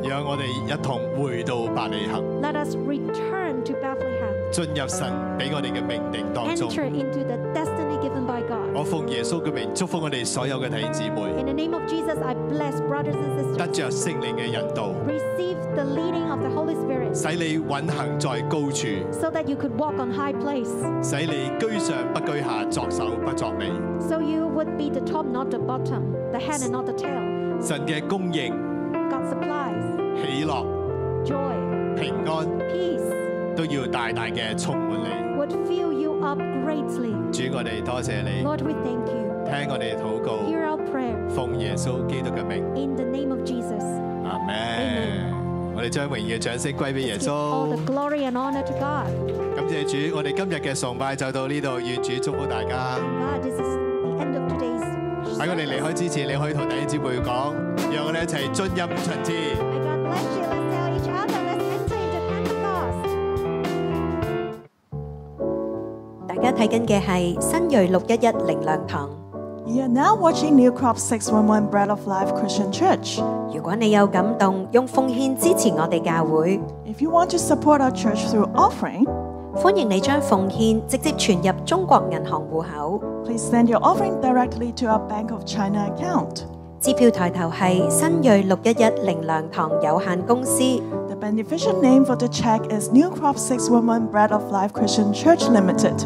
Speaker 1: 讓我哋一同回到百里行，
Speaker 2: Let us return to Bethlehem.
Speaker 1: 進入神俾我哋嘅命定當中。
Speaker 2: Enter into the destiny given by God.
Speaker 1: 我奉耶穌嘅名祝福我哋所有嘅弟兄姊妹，
Speaker 2: In the name of Jesus, I bless brothers and
Speaker 1: 得
Speaker 2: sisters.
Speaker 1: 着聖靈嘅引導，
Speaker 2: Receive the leading of the Holy Spirit
Speaker 1: 使你運行在高處，使
Speaker 2: so that you could walk on high place.
Speaker 1: 你居上不居下，作首不作尾，
Speaker 2: So you would be the top, not the bottom, the head and not the tail.
Speaker 1: 神嘅供應、
Speaker 2: God supplies
Speaker 1: 喜樂、
Speaker 2: joy,
Speaker 1: 平安
Speaker 2: peace
Speaker 1: 都要大大嘅充滿你。
Speaker 2: would fill you up greatly.
Speaker 1: 主，我哋多謝你，
Speaker 2: Lord, we thank you.
Speaker 1: 聽我哋禱
Speaker 2: Hear
Speaker 1: 告，
Speaker 2: our prayer
Speaker 1: 奉耶穌基督嘅名，
Speaker 2: in the name of Jesus.
Speaker 1: 阿門
Speaker 2: Amen。
Speaker 1: 我哋將榮耀掌聲歸俾耶
Speaker 2: Give all
Speaker 1: 穌
Speaker 2: the。glory and honor to God.
Speaker 1: 感謝主，我哋今日嘅崇拜就到呢度，願主祝福大家。
Speaker 2: God, this is the end of today's.
Speaker 1: 喺我哋離
Speaker 2: service.
Speaker 1: 開之前，你可以同弟兄姊妹講，讓我哋一齊進入五旬節。
Speaker 2: May God bless you. Let's tell each other. Let's enter into Pentecost.
Speaker 7: 大家睇緊嘅係新锐六一一靈糧堂。
Speaker 4: You are now watching New Crop 611 Bread of Life Christian Church.
Speaker 7: 如果你有感動，用奉獻支持我哋教會，
Speaker 4: If you want to support our church through offering,
Speaker 7: 歡迎你將奉獻直接存入中國銀行户口。
Speaker 4: please send your offering directly to our Bank of China account.
Speaker 7: 支票抬頭係新锐六一一靈糧堂有限公司。
Speaker 4: The beneficial name for the check is New Crop 611 Bread of Life Christian Church Limited.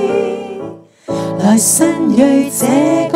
Speaker 8: 來新锐這